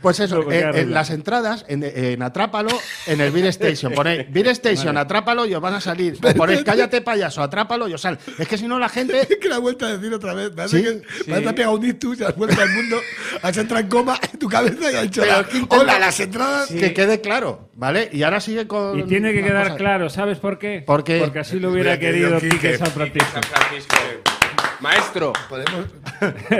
Speaker 4: Pues eso,
Speaker 2: Luego, qué
Speaker 4: en- en
Speaker 2: horrible.
Speaker 4: las entradas, en, eh, en Atrápalo, en el Beer Station. Ponéis Beer Station, Atrápalo y os van a salir. O ponéis Cállate payaso, Atrápalo y os salen. Es que si no la gente...
Speaker 5: Es que la vuelta a decir otra vez. Me hace
Speaker 4: Sí,
Speaker 5: que me has pegado un ictus, has vuelto al mundo, has entrado en coma en tu cabeza y has dicho,
Speaker 4: Pero es que intenta-
Speaker 5: hola, las entradas.
Speaker 4: Que quede claro, ¿vale? Y ahora sigue con...
Speaker 2: Y tiene que
Speaker 4: las
Speaker 2: quedar
Speaker 4: cosas.
Speaker 2: claro, ¿sabes por qué?
Speaker 4: ¿Por qué?
Speaker 2: Porque así lo hubiera
Speaker 5: Hubiera querido
Speaker 2: querido Quique
Speaker 5: Quique.
Speaker 2: San Francisco.
Speaker 3: San Francisco. Maestro.
Speaker 5: Podemos.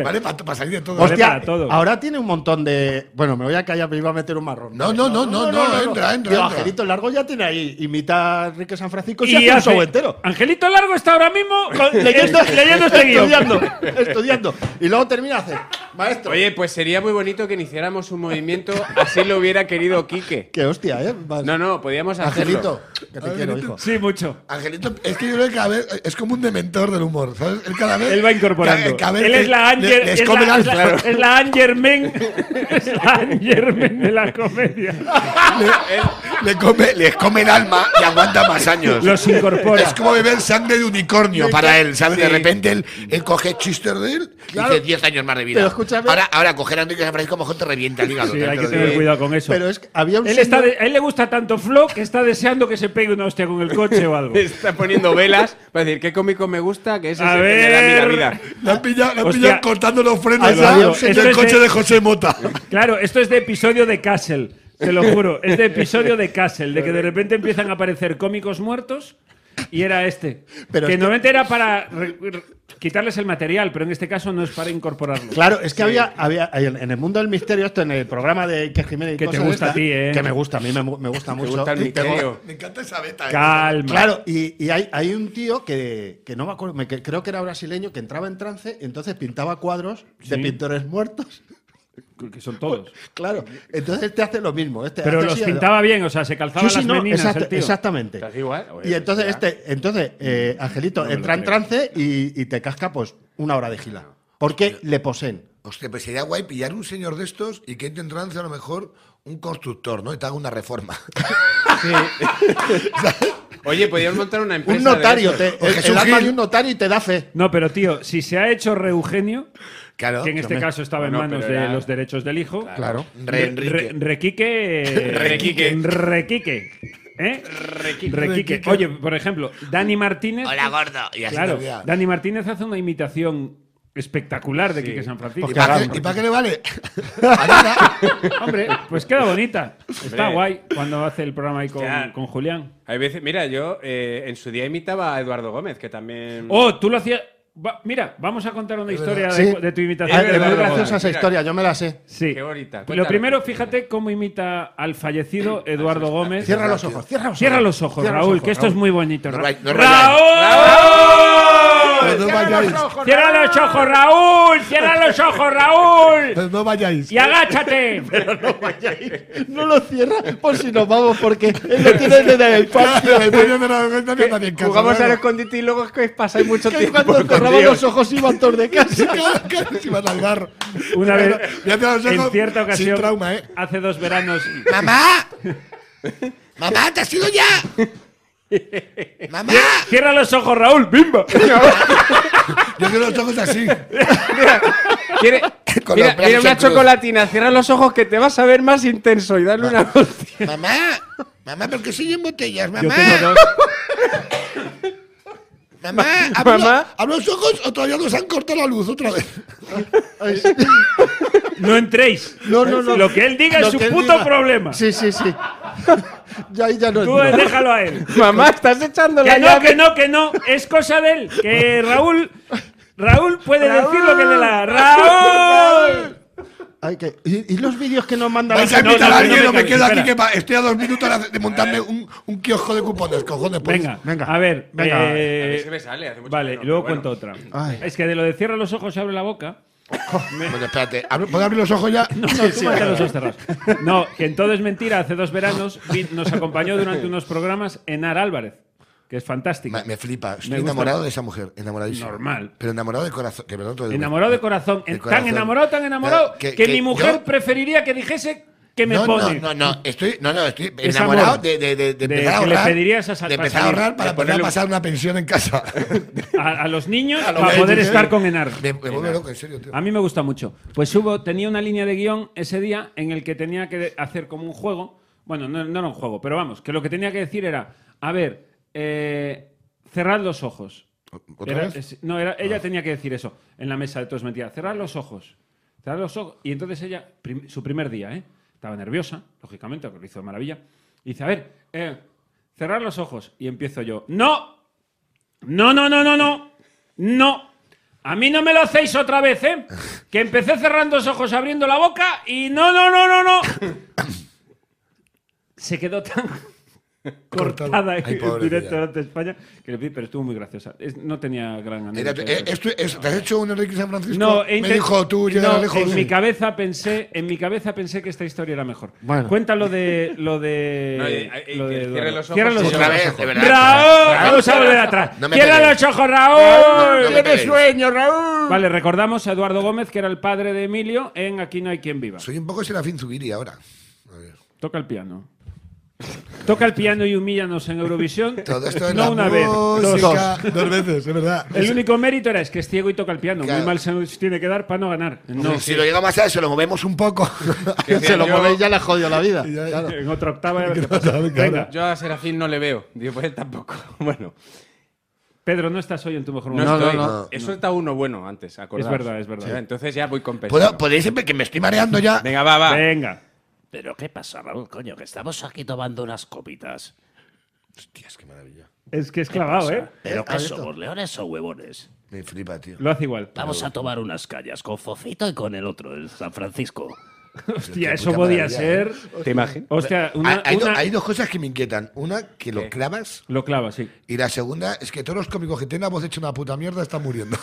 Speaker 5: Vale, para salir de todo.
Speaker 2: Vale
Speaker 4: Hostia,
Speaker 2: para todo.
Speaker 4: ahora tiene un montón de... Bueno, me voy a callar, me iba a meter un marrón.
Speaker 5: No, no, no, no, no,
Speaker 4: Digo,
Speaker 5: entra, entra. entra.
Speaker 4: Angelito Largo ya tiene ahí, imita a Enrique San Francisco y,
Speaker 2: Y
Speaker 4: se hace un
Speaker 2: hace-
Speaker 4: show entero.
Speaker 2: Angelito Largo está ahora mismo con- leyendo,
Speaker 4: leyendo,
Speaker 2: leyendo este guión.
Speaker 4: estudiando, estudiando. Y luego termina hacer, maestro.
Speaker 3: Oye, pues sería muy bonito que iniciáramos un movimiento así lo hubiera querido Quique.
Speaker 4: Qué hostia, ¿eh? Vas-
Speaker 3: No, no, podíamos hacerlo.
Speaker 4: Angelito, que te quiero, hijo.
Speaker 2: Sí, mucho.
Speaker 5: Angelito, es que yo creo que cada vez es como un dementor del humor, ¿sabes? Él cada vez.
Speaker 2: Él va incorporando.
Speaker 5: cada vez
Speaker 2: Él
Speaker 5: que
Speaker 2: es la Anger,
Speaker 5: le- Les
Speaker 2: es,
Speaker 5: come el
Speaker 2: la, es,
Speaker 5: alfa.
Speaker 2: la, es la Angermen, es la Angermen de la comedia.
Speaker 5: Le come, les come el alma y aguanta más años.
Speaker 2: Los incorpora.
Speaker 5: Es como beber sangre de unicornio para él, ¿sabes? De repente él, él coge Chister de él y dice 10 años más de vida.
Speaker 4: Pero escúchame-
Speaker 6: Ahora, ahora coger a Enrique San Francisco a lo mejor te revienta el hígado.
Speaker 2: Sí,
Speaker 6: te-
Speaker 2: hay
Speaker 6: te
Speaker 2: que
Speaker 6: lo
Speaker 2: tener
Speaker 5: eh,
Speaker 6: digo.
Speaker 2: cuidado con eso.
Speaker 4: Pero es que había un
Speaker 2: él está
Speaker 4: señor-
Speaker 2: de- a él le gusta tanto Flo que está deseando que se pegue una hostia con el coche o algo.
Speaker 3: Está poniendo velas para decir qué cómico me gusta, que ese
Speaker 2: A
Speaker 3: es el que me da a mí la
Speaker 2: ver.
Speaker 3: vida.
Speaker 5: Le han pillado, le han
Speaker 2: Hostia.
Speaker 5: pillado cortando los frenos
Speaker 4: Ahí
Speaker 5: del-
Speaker 4: salió.
Speaker 2: Esto
Speaker 5: del
Speaker 2: Este es
Speaker 5: coche
Speaker 2: de-
Speaker 5: de José Mota.
Speaker 2: Claro, esto es de episodio de Castle, te lo juro. Es de episodio de Castle, de que de repente empiezan a aparecer cómicos muertos y era este.
Speaker 4: Pero
Speaker 2: que
Speaker 4: es que-
Speaker 2: normalmente era para re- re- quitarles el material, pero en este caso no es para incorporarlo.
Speaker 4: Claro, es que había, había en en el mundo del misterio, esto en el programa de que Jiménez y
Speaker 2: Que te
Speaker 4: cosas de
Speaker 2: gusta a
Speaker 4: estas,
Speaker 2: ti, ¿eh?
Speaker 4: Que me gusta, a mí me, mu- me gusta mucho.
Speaker 3: gusta el
Speaker 4: Y tengo-
Speaker 3: misterio.
Speaker 5: Me encanta esa beta.
Speaker 2: Calma.
Speaker 4: Claro, y, y hay, hay un tío que, que no me acuerdo, me- que creo que era brasileño, que entraba en trance y entonces pintaba cuadros de
Speaker 2: Sí.
Speaker 4: pintores muertos.
Speaker 2: Que son todos.
Speaker 4: Claro, entonces te hace lo mismo. Este,
Speaker 2: Pero
Speaker 4: este
Speaker 2: los
Speaker 4: sí-
Speaker 2: pintaba bien, o sea, se calzaba
Speaker 4: Sí, sí,
Speaker 2: las
Speaker 4: no,
Speaker 2: meninas
Speaker 4: exacta-
Speaker 2: el tío.
Speaker 4: exactamente.
Speaker 3: ¿Estás igual? Oye, pues
Speaker 4: Y entonces,
Speaker 3: ya.
Speaker 4: este, entonces eh, Angelito
Speaker 3: me lo
Speaker 4: entra en
Speaker 3: creo.
Speaker 4: trance y, y te casca pues una hora de gila. Porque le poseen.
Speaker 6: Hostia, pues sería guay pillar un señor de estos y que entre en trance a lo mejor un constructor, ¿no? Y te haga una reforma.
Speaker 3: Oye, podríamos montar una empresa.
Speaker 4: Un
Speaker 3: de
Speaker 4: notario,
Speaker 3: esos.
Speaker 4: te,
Speaker 6: O
Speaker 4: el,
Speaker 6: Jesús
Speaker 4: el alma
Speaker 6: Gil.
Speaker 4: de un notario y te da fe.
Speaker 2: No, pero tío, si se ha hecho Re Eugenio,
Speaker 6: Claro.
Speaker 2: que en este caso estaba en
Speaker 3: Bueno,
Speaker 2: manos
Speaker 3: pero
Speaker 2: de
Speaker 3: era-
Speaker 2: los derechos del hijo,
Speaker 4: Claro.
Speaker 6: Re Enrique.
Speaker 2: Requique.
Speaker 3: Requique.
Speaker 2: Requique. ¿Eh? Requique. Oye, por ejemplo, Dani Martínez.
Speaker 6: Hola, gordo. Y así
Speaker 2: Claro,
Speaker 6: te olvida.
Speaker 2: Dani Martínez hace una imitación espectacular de Quique San Francisco.
Speaker 5: ¿Y para qué, y pa' qué le vale?
Speaker 2: Hombre, pues queda bonita. Está
Speaker 3: Hombre.
Speaker 2: guay cuando hace el programa ahí con,
Speaker 3: Hostia.
Speaker 2: con Julián.
Speaker 3: Hay veces, mira, yo eh, en su día imitaba a Eduardo Gómez, que también.
Speaker 2: Oh, tú lo hacías. va- mira, vamos a contar una historia de,
Speaker 4: Sí.
Speaker 2: de tu
Speaker 4: Ah,
Speaker 2: imitación.
Speaker 4: Es muy
Speaker 3: Eduardo
Speaker 4: graciosa
Speaker 3: Gómez,
Speaker 4: esa
Speaker 3: mira.
Speaker 4: historia, yo me la sé.
Speaker 2: Sí.
Speaker 3: Qué bonita.
Speaker 2: Lo
Speaker 3: Cuéntalo.
Speaker 2: primero, fíjate cómo imita al fallecido Eduardo Gómez.
Speaker 4: Cierra los ojos, cierra los ojos.
Speaker 2: Cierra los ojos,
Speaker 4: Cierra los
Speaker 2: Raúl,
Speaker 4: ojos,
Speaker 2: que esto es muy bonito.
Speaker 6: No
Speaker 2: Ra-
Speaker 6: vay- no
Speaker 2: ¡Raúl!
Speaker 5: No vayáis.
Speaker 2: ¡Cierra los ojos, Raúl! ¡Cierra los ojos, Raúl!
Speaker 5: No vayáis.
Speaker 2: ¡Y agáchate!
Speaker 4: No lo cierra por si nos vamos, porque él lo tiene desde el
Speaker 2: pues,
Speaker 4: patio.
Speaker 5: El dueño de la- no me hagan ni en casa,
Speaker 3: Jugamos al
Speaker 5: ¿vale?
Speaker 3: escondite y luego es que pasáis mucho
Speaker 4: Que
Speaker 3: tiempo.
Speaker 4: cuando cerraba los ojos iban todos de casa.
Speaker 5: Claro, claro, si van al bar.
Speaker 2: Una vez,
Speaker 5: Ya te lo saco
Speaker 2: en cierta
Speaker 5: sin
Speaker 2: ocasión,
Speaker 5: trauma, ¿eh?
Speaker 2: hace dos veranos,
Speaker 6: ¡Mamá! ¡Mamá, te has ido ya! ¡Mamá!
Speaker 2: ¡Cierra los ojos, Raúl! ¡Bimba!
Speaker 5: Yo quiero los ojos así.
Speaker 3: Quiere-
Speaker 6: Con
Speaker 3: mira,
Speaker 6: los brazos
Speaker 3: mira una
Speaker 6: en cruz.
Speaker 3: chocolatina, cierra los ojos que te vas a ver más intenso y dale una hostia.
Speaker 6: ¡Mamá! ¡Mamá, ¿por qué siguen botellas? ¡Mamá!
Speaker 2: Yo tengo dos.
Speaker 6: ¡Mamá!
Speaker 5: ¿Hablo,
Speaker 3: Mamá.
Speaker 5: ¿Hablo los ojos o todavía nos han cortado la luz otra vez?
Speaker 2: No entréis.
Speaker 4: No, no, no.
Speaker 2: Lo que él diga
Speaker 4: Lo
Speaker 2: es su
Speaker 4: que él
Speaker 2: puto
Speaker 4: diga.
Speaker 2: problema.
Speaker 4: Sí, sí, sí. Ya ahí ya no es.
Speaker 2: Tú eh,
Speaker 4: broma.
Speaker 2: déjalo a él.
Speaker 3: Mamá, estás echando la
Speaker 2: Que no,
Speaker 3: llave.
Speaker 2: que no, que no. Es cosa de él. Que Raúl. Raúl puede decir lo que le da. ¡Raúl!
Speaker 4: Hay que- ¿Y, y los vídeos que nos mandan?
Speaker 5: ¿Vais a
Speaker 2: no,
Speaker 5: invitar
Speaker 2: no,
Speaker 5: a
Speaker 2: no
Speaker 5: alguien
Speaker 2: me
Speaker 5: o me
Speaker 2: calles,
Speaker 5: quedo aquí
Speaker 2: espera.
Speaker 5: que pa- estoy a dos minutos de- de montarme un, un kiosco de cupones, cojones? pues.
Speaker 2: Venga,
Speaker 4: venga.
Speaker 2: A ver.
Speaker 4: Venga.
Speaker 2: eh,
Speaker 3: A mí se me sale, hace mucho
Speaker 2: Vale,
Speaker 3: que no,
Speaker 2: y luego
Speaker 3: pero
Speaker 2: cuento otra.
Speaker 4: Ay.
Speaker 2: Es que de lo de cierra los ojos y abre la boca.
Speaker 6: Bueno, espérate.
Speaker 5: ¿Abro- ¿Puedo abrir los ojos ya?
Speaker 2: No, no, tú mantén los ojos cerrados. No, que en todo es mentira. Hace dos veranos Bit nos acompañó durante unos programas Enar Álvarez, que es fantástico.
Speaker 6: Ma- Me flipa. Estoy
Speaker 2: Me gusta.
Speaker 6: enamorado de esa mujer. Enamoradísimo.
Speaker 2: Normal.
Speaker 6: Pero enamorado de corazón. Que perdón, te lo digo.
Speaker 2: Enamorado de corazón.
Speaker 6: De
Speaker 2: en- Tan
Speaker 6: corazón.
Speaker 2: enamorado, tan enamorado,
Speaker 6: Claro, que-
Speaker 2: que
Speaker 6: que
Speaker 2: mi mujer
Speaker 6: yo-
Speaker 2: preferiría que dijese que me
Speaker 6: no, no,
Speaker 2: pone.
Speaker 6: no, no, estoy, no, no, estoy
Speaker 2: Es
Speaker 6: enamorado
Speaker 2: amor.
Speaker 6: de, de, de, de
Speaker 2: De
Speaker 6: empezar a
Speaker 2: que le
Speaker 6: ahorrar.
Speaker 2: pedirías a sa-
Speaker 6: de
Speaker 2: para
Speaker 6: empezar a
Speaker 2: salir,
Speaker 6: ahorrar
Speaker 2: de
Speaker 6: para poder
Speaker 2: ponerle un-
Speaker 6: pasar una pensión en casa.
Speaker 2: a, a los niños
Speaker 6: A los
Speaker 2: para poder
Speaker 6: niños.
Speaker 2: estar con Enar.
Speaker 6: me, me vuelve loco, en serio, tío.
Speaker 2: A mí me gusta mucho. Pues hubo, tenía una línea de guión ese día en el que tenía que de- hacer como un juego. Bueno, no, no era un juego, pero vamos, que lo que tenía que decir era, a ver, eh, cerrad los ojos.
Speaker 6: ¿Otra
Speaker 2: Era-
Speaker 6: vez? Ah.
Speaker 2: es- no, era, ella tenía que decir eso en la mesa de todos mentiras. Cerrad los ojos. Cerrad los ojos. Y entonces ella, prim- su primer día, ¿eh? estaba nerviosa, lógicamente, porque lo hizo de maravilla. Y dice, a ver, eh, cerrad los ojos. Y empiezo yo, no, no, no, no, no, no. No. A mí no me lo hacéis otra vez, ¿eh? Que empecé cerrando los ojos, abriendo la boca y no, no, no, no, no. Se quedó tan
Speaker 6: Cortado.
Speaker 2: cortada
Speaker 6: Ay,
Speaker 2: en el
Speaker 6: pobrecilla.
Speaker 2: director de España que le pedí, pero estuvo muy graciosa. Es- no tenía gran
Speaker 6: Mira,
Speaker 2: anécdota.
Speaker 6: tú- eh, esto es- ¿Te has hecho un Enrique San Francisco?
Speaker 2: No, he
Speaker 6: me
Speaker 2: intent-
Speaker 6: dijo tú, llega
Speaker 2: no,
Speaker 6: lejos.
Speaker 2: en mi cabeza pensé, en mi cabeza pensé que esta historia era mejor.
Speaker 4: Bueno.
Speaker 2: Cuéntalo de lo de,
Speaker 3: No, eh, eh,
Speaker 2: lo de
Speaker 3: que cierre
Speaker 2: Eduardo.
Speaker 3: los ojos
Speaker 2: Cierra
Speaker 3: y
Speaker 2: los
Speaker 3: otra
Speaker 2: ojos.
Speaker 6: vez, de verdad.
Speaker 2: Raúl,
Speaker 6: Raúl,
Speaker 2: vamos a volver atrás.
Speaker 6: No me
Speaker 2: Cierra
Speaker 6: peguéis.
Speaker 2: los ojos, Raúl.
Speaker 6: No me peguéis.
Speaker 4: Raúl!
Speaker 2: Vale, recordamos a Eduardo Gómez, que era el padre de Emilio en Aquí no hay quien viva.
Speaker 6: Soy un poco Serafín Zubiri ahora. A ver.
Speaker 2: Toca el piano. Toca el piano y humíllanos en Eurovisión.
Speaker 6: Todo esto en
Speaker 2: no
Speaker 6: la
Speaker 2: una vez, dos.
Speaker 6: música, dos veces, es verdad.
Speaker 2: El único mérito era es que es ciego y toca el piano.
Speaker 6: Claro.
Speaker 2: Muy mal se nos tiene que dar para no ganar. No,
Speaker 6: Si lo llegamos a eso, lo movemos un poco.
Speaker 4: Se lo
Speaker 3: yo-
Speaker 4: movéis, ya le jodió la vida. claro.
Speaker 2: en otra octava. ya le-
Speaker 6: claro.
Speaker 2: Venga,
Speaker 3: Yo a Serafín no le veo. Digo, pues él tampoco. Bueno,
Speaker 2: Pedro, no estás hoy en tu mejor
Speaker 3: no,
Speaker 2: momento.
Speaker 3: estoy.
Speaker 6: no, no.
Speaker 3: He soltado uno bueno antes, acordaos.
Speaker 2: Es verdad, es verdad.
Speaker 3: O sea, Entonces ya voy con peso.
Speaker 6: ¿Puedo, ¿Podéis siempre que me estoy mareando ya?
Speaker 3: Venga, va, va.
Speaker 2: Venga.
Speaker 7: ¿Pero qué pasa, Raúl? Coño, que estamos aquí tomando unas copitas.
Speaker 6: Hostias, qué maravilla.
Speaker 2: Es que es clavado, ¿eh?
Speaker 7: ¿Pero qué somos, leones o huevones?
Speaker 6: Me flipa, tío.
Speaker 2: Lo hace igual.
Speaker 7: Vamos a tomar unas callas con Fofito y con el otro, el San Francisco.
Speaker 2: Hostia,
Speaker 6: qué
Speaker 2: eso
Speaker 6: puta
Speaker 2: podía
Speaker 6: maravilla, ¿eh?
Speaker 2: ser.
Speaker 3: ¿Te imaginas?
Speaker 2: Hostia,
Speaker 6: hay,
Speaker 2: una,
Speaker 6: hay do-
Speaker 2: una-
Speaker 6: hay dos cosas que me inquietan. Una, que lo clavas.
Speaker 2: Lo clava, sí.
Speaker 6: Y la segunda es que todos los cómicos que tienen la voz hecha una puta mierda están muriendo.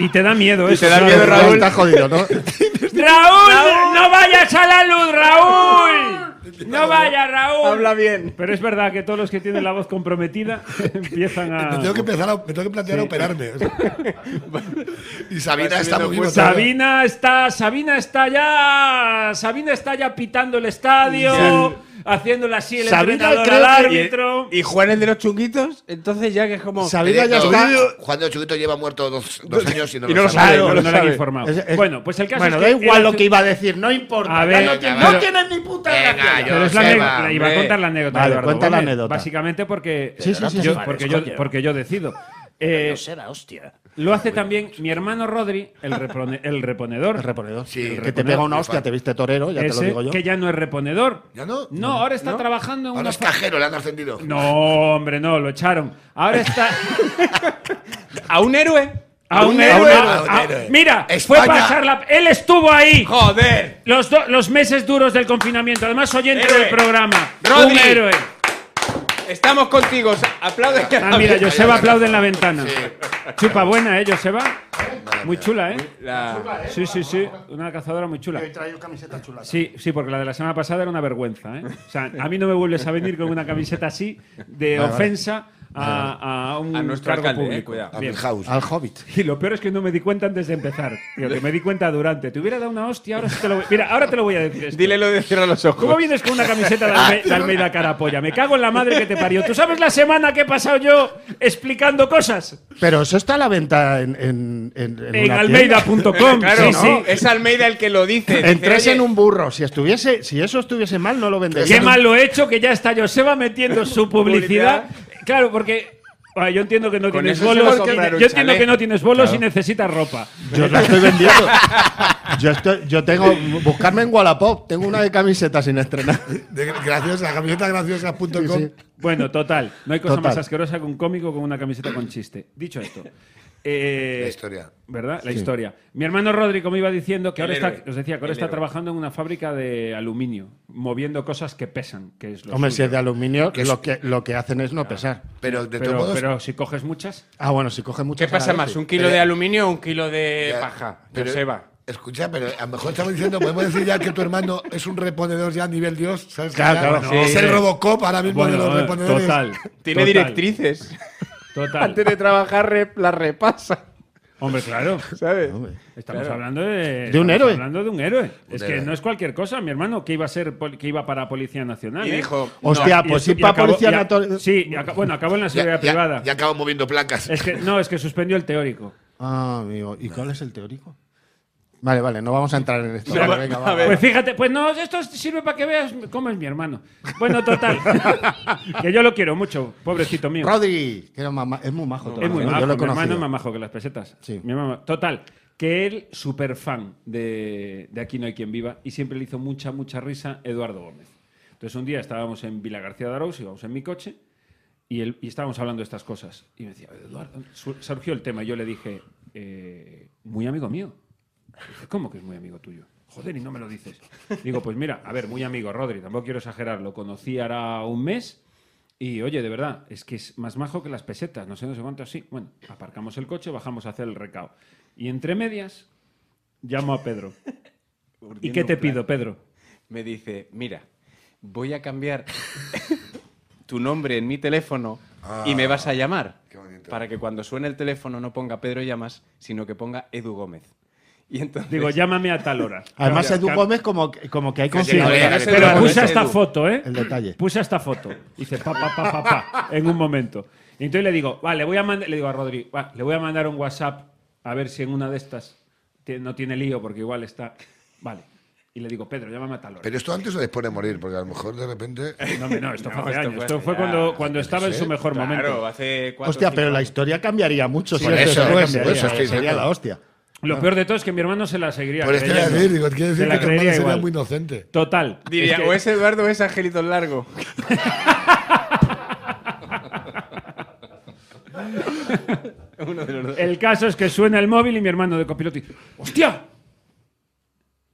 Speaker 2: Y te da miedo eso.
Speaker 3: te da
Speaker 2: claro.
Speaker 3: miedo, Raúl.
Speaker 4: Está jodido, ¿no?
Speaker 2: ¡Raúl! ¡No vayas a la luz, Raúl! ¡No vayas, Raúl!
Speaker 3: Habla bien.
Speaker 2: Pero es verdad que todos los que tienen la voz comprometida empiezan
Speaker 6: me
Speaker 2: a.
Speaker 6: tengo que empezar a- me tengo que plantear a operarme. y Sabina está muy viva todavía.
Speaker 2: pues, Sabina está. Sabina está ya. Sabina está ya pitando el estadio. Haciéndole así el
Speaker 4: Sabina
Speaker 2: entrenador
Speaker 4: creo
Speaker 2: al
Speaker 4: que-
Speaker 2: árbitro.
Speaker 3: Y Juan el de los chunguitos, entonces ya que es como.
Speaker 4: Sabina ya
Speaker 6: Eh, no,
Speaker 4: está.
Speaker 6: Juan de Chuguito lleva muerto dos, dos años y no,
Speaker 3: Y no lo sabe.
Speaker 2: Claro,
Speaker 3: no
Speaker 2: no
Speaker 3: lo
Speaker 2: lo han
Speaker 3: sabe.
Speaker 2: informado.
Speaker 4: Es- es-
Speaker 2: bueno, pues el caso
Speaker 4: bueno,
Speaker 2: es
Speaker 4: da
Speaker 2: que
Speaker 4: igual
Speaker 2: él
Speaker 4: lo
Speaker 2: hace-
Speaker 4: que iba a decir, no importa.
Speaker 2: A
Speaker 4: ya
Speaker 2: ver,
Speaker 4: no, tiene-
Speaker 6: venga,
Speaker 4: no
Speaker 6: va.
Speaker 4: tienes ni puta
Speaker 7: Eh,
Speaker 6: Venga,
Speaker 4: gracia.
Speaker 6: yo-
Speaker 2: Pero es
Speaker 6: Joseba,
Speaker 2: la, anécdota, iba a
Speaker 3: hombre.
Speaker 2: contar la anécdota.
Speaker 4: Vale,
Speaker 2: Eduardo
Speaker 4: cuenta la
Speaker 2: Gómez,
Speaker 4: anécdota.
Speaker 2: Básicamente porque,
Speaker 4: Sí, sí, sí,
Speaker 2: yo,
Speaker 4: sí.
Speaker 2: porque, yo,
Speaker 7: Coño.
Speaker 2: porque yo decido. Eh,
Speaker 7: No será, hostia.
Speaker 2: lo hace también mi hermano Rodri, el, repone- el reponedor.
Speaker 4: El reponedor.
Speaker 6: Sí,
Speaker 4: El
Speaker 6: el
Speaker 4: que te
Speaker 6: reponedor.
Speaker 4: pega una hostia, te viste torero, ya te
Speaker 2: ese,
Speaker 4: lo digo yo.
Speaker 2: que ya no es reponedor.
Speaker 6: ¿Ya no?
Speaker 2: No, ahora está trabajando en
Speaker 6: Ahora
Speaker 2: una
Speaker 6: es cajero, le han ascendido.
Speaker 2: No, hombre, no, lo echaron. Ahora está.
Speaker 3: ¡A un héroe!
Speaker 2: A un
Speaker 6: un
Speaker 2: héroe.
Speaker 6: héroe,
Speaker 2: a-
Speaker 6: a un
Speaker 2: a-
Speaker 6: héroe.
Speaker 2: mira, fue
Speaker 6: España.
Speaker 2: pasar la. Él estuvo ahí.
Speaker 3: ¡Joder!
Speaker 2: Los, do- los meses duros del confinamiento. Además, oyente
Speaker 3: Héroe.
Speaker 2: del programa. Un
Speaker 3: Rodri.
Speaker 2: héroe.
Speaker 3: Estamos contigo. Aplaude.
Speaker 2: Ah, mira, Joseba aplaude en la ventana.
Speaker 6: Sí.
Speaker 2: Chupa buena, ¿eh, Joseba? Muy chula, ¿eh?
Speaker 3: La-
Speaker 2: Sí, sí, sí. Una cazadora muy chula.
Speaker 4: traigo camiseta chula.
Speaker 2: Sí, sí, porque la de la semana pasada era una vergüenza, ¿eh? O sea, a mí no me vuelves a venir con una camiseta así de ofensa a, a un
Speaker 3: A nuestro
Speaker 2: cargo
Speaker 3: alcalde, ¿eh?
Speaker 2: público.
Speaker 3: Cuidado.
Speaker 6: A
Speaker 2: Bien. Ah,
Speaker 6: Milhouse.
Speaker 4: Al Hobbit.
Speaker 2: Y lo peor es que no me di cuenta antes de empezar. Tío, que me di cuenta durante. Te hubiera dado una hostia, ahora sí te lo voy, Mira, ahora te lo voy a decir. esto.
Speaker 3: Dile Ah, lo de cierra los ojos.
Speaker 2: ¿Cómo vienes con una camiseta de, Alme- de Almeida Carapolla? Me cago en la madre que te parió. ¿Tú sabes la semana que he pasado yo explicando cosas?
Speaker 4: Pero eso está a la venta en, en, en, en
Speaker 2: En
Speaker 4: una
Speaker 2: almeida.com.
Speaker 3: Eh, Claro,
Speaker 2: sí,
Speaker 3: ¿no?
Speaker 2: sí.
Speaker 3: Es Almeida el que lo dice.
Speaker 4: tienda.
Speaker 3: Dice,
Speaker 4: En tres
Speaker 3: "Oye,
Speaker 4: en un burro. Si estuviese, si eso estuviese mal, no lo vendería.
Speaker 2: Qué mal lo he hecho que ya está Joseba metiendo su publicidad. Claro, porque ah, yo entiendo que no
Speaker 3: Con
Speaker 2: tienes
Speaker 3: eso se va a
Speaker 2: bolos.
Speaker 3: comprar un
Speaker 2: Yo entiendo
Speaker 3: chalet.
Speaker 2: que no tienes bolos y necesitas ropa.
Speaker 4: Yo la estoy vendiendo. Yo, estoy, yo tengo. Buscarme en Wallapop. Tengo una de camisetas sin estrenar.
Speaker 6: De graciosa, camisetograciosa.com.
Speaker 4: Sí,
Speaker 2: Bueno, total. No hay cosa
Speaker 4: Total.
Speaker 2: más asquerosa que un cómico con una camiseta con chiste. Dicho esto. eh,
Speaker 6: La historia.
Speaker 2: ¿Verdad? La historia. Mi hermano Rodri, como iba diciendo, que
Speaker 3: El
Speaker 2: ahora está,
Speaker 3: héroe.
Speaker 2: os decía, que ahora
Speaker 3: El
Speaker 2: está
Speaker 3: héroe.
Speaker 2: trabajando en una fábrica de aluminio, moviendo cosas que pesan, que es lo
Speaker 4: Hombre,
Speaker 2: suyo.
Speaker 4: si es de aluminio,
Speaker 6: Que es-
Speaker 4: lo que, lo que hacen es no pesar.
Speaker 6: Pero de todos
Speaker 2: pero,
Speaker 6: modos.
Speaker 2: pero si coges muchas,
Speaker 4: Ah, bueno, si coge mucho.
Speaker 3: ¿Qué pasa más, un kilo de aluminio o un kilo de
Speaker 6: Ya,
Speaker 3: paja?
Speaker 6: pero-
Speaker 3: Joseba.
Speaker 6: Escucha, pero a lo mejor estamos diciendo, podemos decir ya que tu hermano es un reponedor ya a nivel Dios, ¿sabes?
Speaker 4: Claro,
Speaker 6: Ya,
Speaker 4: claro,
Speaker 6: no,
Speaker 4: sí.
Speaker 6: Es el Robocop ahora mismo de los
Speaker 2: bueno, eh,
Speaker 6: reponedores.
Speaker 2: total.
Speaker 3: Tiene
Speaker 2: total,
Speaker 3: directrices.
Speaker 2: Total.
Speaker 3: Antes de trabajar, rep- la repasa.
Speaker 2: Hombre, claro.
Speaker 3: ¿Sabes?
Speaker 2: Estamos
Speaker 3: Claro.
Speaker 2: hablando de.
Speaker 4: De un
Speaker 2: estamos
Speaker 4: héroe.
Speaker 2: Hablando de un héroe. Es que
Speaker 6: héroe.
Speaker 2: no es cualquier cosa, mi hermano, que iba a ser pol- que iba para Policía Nacional.
Speaker 3: Y
Speaker 2: ¿eh?
Speaker 3: dijo,
Speaker 4: Hostia,
Speaker 2: Y
Speaker 4: pues
Speaker 2: esto-
Speaker 4: sí,
Speaker 2: y
Speaker 4: para
Speaker 2: acabó-
Speaker 4: policía
Speaker 2: y a-
Speaker 4: nato-
Speaker 2: Sí, y aca- bueno, acabó en la seguridad privada.
Speaker 6: Ya, acabo moviendo placas.
Speaker 2: Es que, no, es que suspendió el teórico.
Speaker 4: Ah, amigo. ¿Y cuál es el teórico? Vale, vale, no vamos a entrar en esto.
Speaker 3: Pero
Speaker 4: Vale,
Speaker 3: va-
Speaker 4: venga,
Speaker 3: a
Speaker 4: va.
Speaker 3: ver.
Speaker 2: Pues fíjate, pues no, esto sirve para que veas cómo es mi hermano. Bueno, total. que yo lo quiero mucho, pobrecito mío.
Speaker 4: Rodri, que era mama- es muy majo. todo,
Speaker 2: Es muy
Speaker 4: ¿no?
Speaker 2: majo,
Speaker 4: Yo lo he
Speaker 2: mi hermano
Speaker 4: conocido.
Speaker 2: es más majo que las pesetas.
Speaker 4: Sí.
Speaker 2: Mi hermano- total, que él, súper fan de, de Aquí no hay quien viva, y siempre le hizo mucha, mucha risa Eduardo Gómez. Entonces un día estábamos en Vila García de Arauz, íbamos en mi coche, y, él- y estábamos hablando de estas cosas. Y me decía, Eduardo, su- surgió el tema, y yo le dije, eh, muy amigo mío. Dice, ¿Cómo que es muy amigo tuyo? Joder, y no me lo dices. Digo, pues mira, a ver, muy amigo, Rodri, tampoco quiero exagerar, lo conocí hará un mes. Y oye, de verdad, es que es más majo que las pesetas, no sé, no sé cuánto, sí. Bueno, aparcamos el coche, bajamos a hacer el recao. Y entre medias, llamo a Pedro. ¿Y qué te pido, Pedro?
Speaker 3: Me dice, mira, voy a cambiar tu nombre en mi teléfono y me vas a llamar. Para que cuando suene el teléfono no ponga Pedro Llamas, sino que ponga Edu Gómez. Y entonces...
Speaker 2: Digo, llámame a tal hora.
Speaker 4: Además,
Speaker 2: Claro,
Speaker 4: Edu
Speaker 2: claro.
Speaker 4: Gómez como, que- como que hay
Speaker 6: Sí,
Speaker 4: conciencia.
Speaker 6: a ver, a ver,
Speaker 2: Pero
Speaker 6: Pero
Speaker 2: puse
Speaker 3: ese
Speaker 2: esta
Speaker 3: Edu.
Speaker 2: foto, ¿eh?
Speaker 4: El detalle.
Speaker 2: Puse esta foto. Dice pa, pa, pa, pa, pa, en un momento. Y entonces le digo, vale, le voy a mandar, le digo a Rodri, va, le voy a mandar un WhatsApp a ver si en una de estas tie- no tiene lío, porque igual está. Vale. Y le digo, Pedro, llámame a tal hora.
Speaker 6: Pero esto antes o después de morir, porque a lo mejor de repente.
Speaker 2: No, hombre, no, esto fue
Speaker 3: No,
Speaker 2: hace
Speaker 3: esto
Speaker 2: años.
Speaker 3: fue
Speaker 2: Esto
Speaker 3: hace
Speaker 2: fue
Speaker 3: ya-
Speaker 2: cuando, cuando estaba en su mejor
Speaker 3: Claro,
Speaker 2: momento.
Speaker 3: hace cuatro,
Speaker 4: Hostia,
Speaker 3: cinco
Speaker 4: pero la
Speaker 3: años.
Speaker 4: historia cambiaría mucho. si
Speaker 6: Por
Speaker 4: esto
Speaker 6: eso,
Speaker 4: se
Speaker 6: por eso,
Speaker 4: cambiaría.
Speaker 6: por eso estoy
Speaker 4: Sería
Speaker 6: diciendo.
Speaker 4: la hostia.
Speaker 2: Lo peor de todo es que mi hermano se la seguiría
Speaker 6: Por esto iba a
Speaker 2: creyendo.
Speaker 6: decir, digo, quiere
Speaker 2: Se
Speaker 6: decir
Speaker 2: la
Speaker 6: que tu hermano
Speaker 2: creería
Speaker 6: sería
Speaker 2: igual.
Speaker 6: muy inocente.
Speaker 2: Total.
Speaker 3: Diría, pues.
Speaker 2: es que-
Speaker 3: o es Eduardo o es Angelito Largo. Uno de los dos.
Speaker 2: El caso es que suena el móvil y mi hermano de copiloto dice, ¡hostia!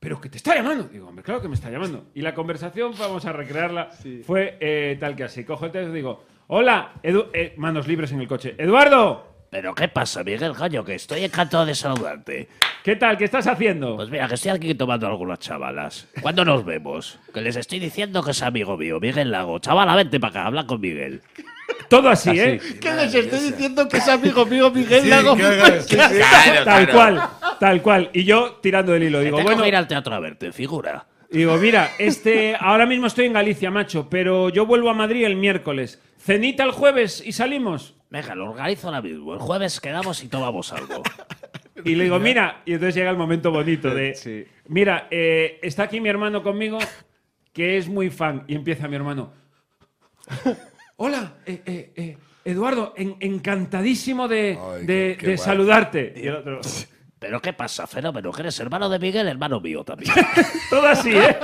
Speaker 2: Pero que te está llamando. Digo, hombre, claro que me está llamando. Y la conversación, vamos a recrearla, fue eh, tal que así. Cojo el teléfono y digo, hola, Edu- eh, manos libres en el coche. Eduardo,
Speaker 7: ¿Pero qué pasa, Miguel Gallo? Que estoy encantado de saludarte.
Speaker 2: ¿qué tal? ¿Qué estás haciendo?
Speaker 7: Pues mira, que estoy aquí tomando algunas chavalas. ¿Cuándo nos vemos? Que les estoy diciendo que es amigo mío, Miguel Lago. Chavala, vente para acá, habla con Miguel.
Speaker 2: Todo así, ¿eh?
Speaker 4: ¿Qué les estoy diciendo que es amigo mío Miguel
Speaker 6: Sí,
Speaker 4: Lago?
Speaker 6: claro, sí, sí.
Speaker 2: tal cual, tal cual. Y yo tirando del hilo. Digo,
Speaker 7: Tengo
Speaker 2: bueno,
Speaker 7: que ir al teatro a verte, figura.
Speaker 2: Digo, mira, este, ahora mismo estoy en Galicia, macho, pero yo vuelvo a Madrid el miércoles. Cenita el jueves y salimos.
Speaker 7: Venga, lo organizo ahora mismo. El jueves quedamos y tomamos algo.
Speaker 2: Y le digo, mira, y entonces llega el momento bonito de,
Speaker 3: Sí.
Speaker 2: mira, eh, está aquí mi hermano conmigo, que es muy fan, y empieza mi hermano. Hola, eh, eh, eh, Eduardo, en- encantadísimo de,
Speaker 6: Ay,
Speaker 2: de-
Speaker 6: qué- qué
Speaker 2: de
Speaker 6: guay.
Speaker 2: saludarte. Y el otro,
Speaker 7: ¿Pero qué pasa, fenómeno? Que eres hermano de Miguel, hermano mío también.
Speaker 2: todo así, ¿eh?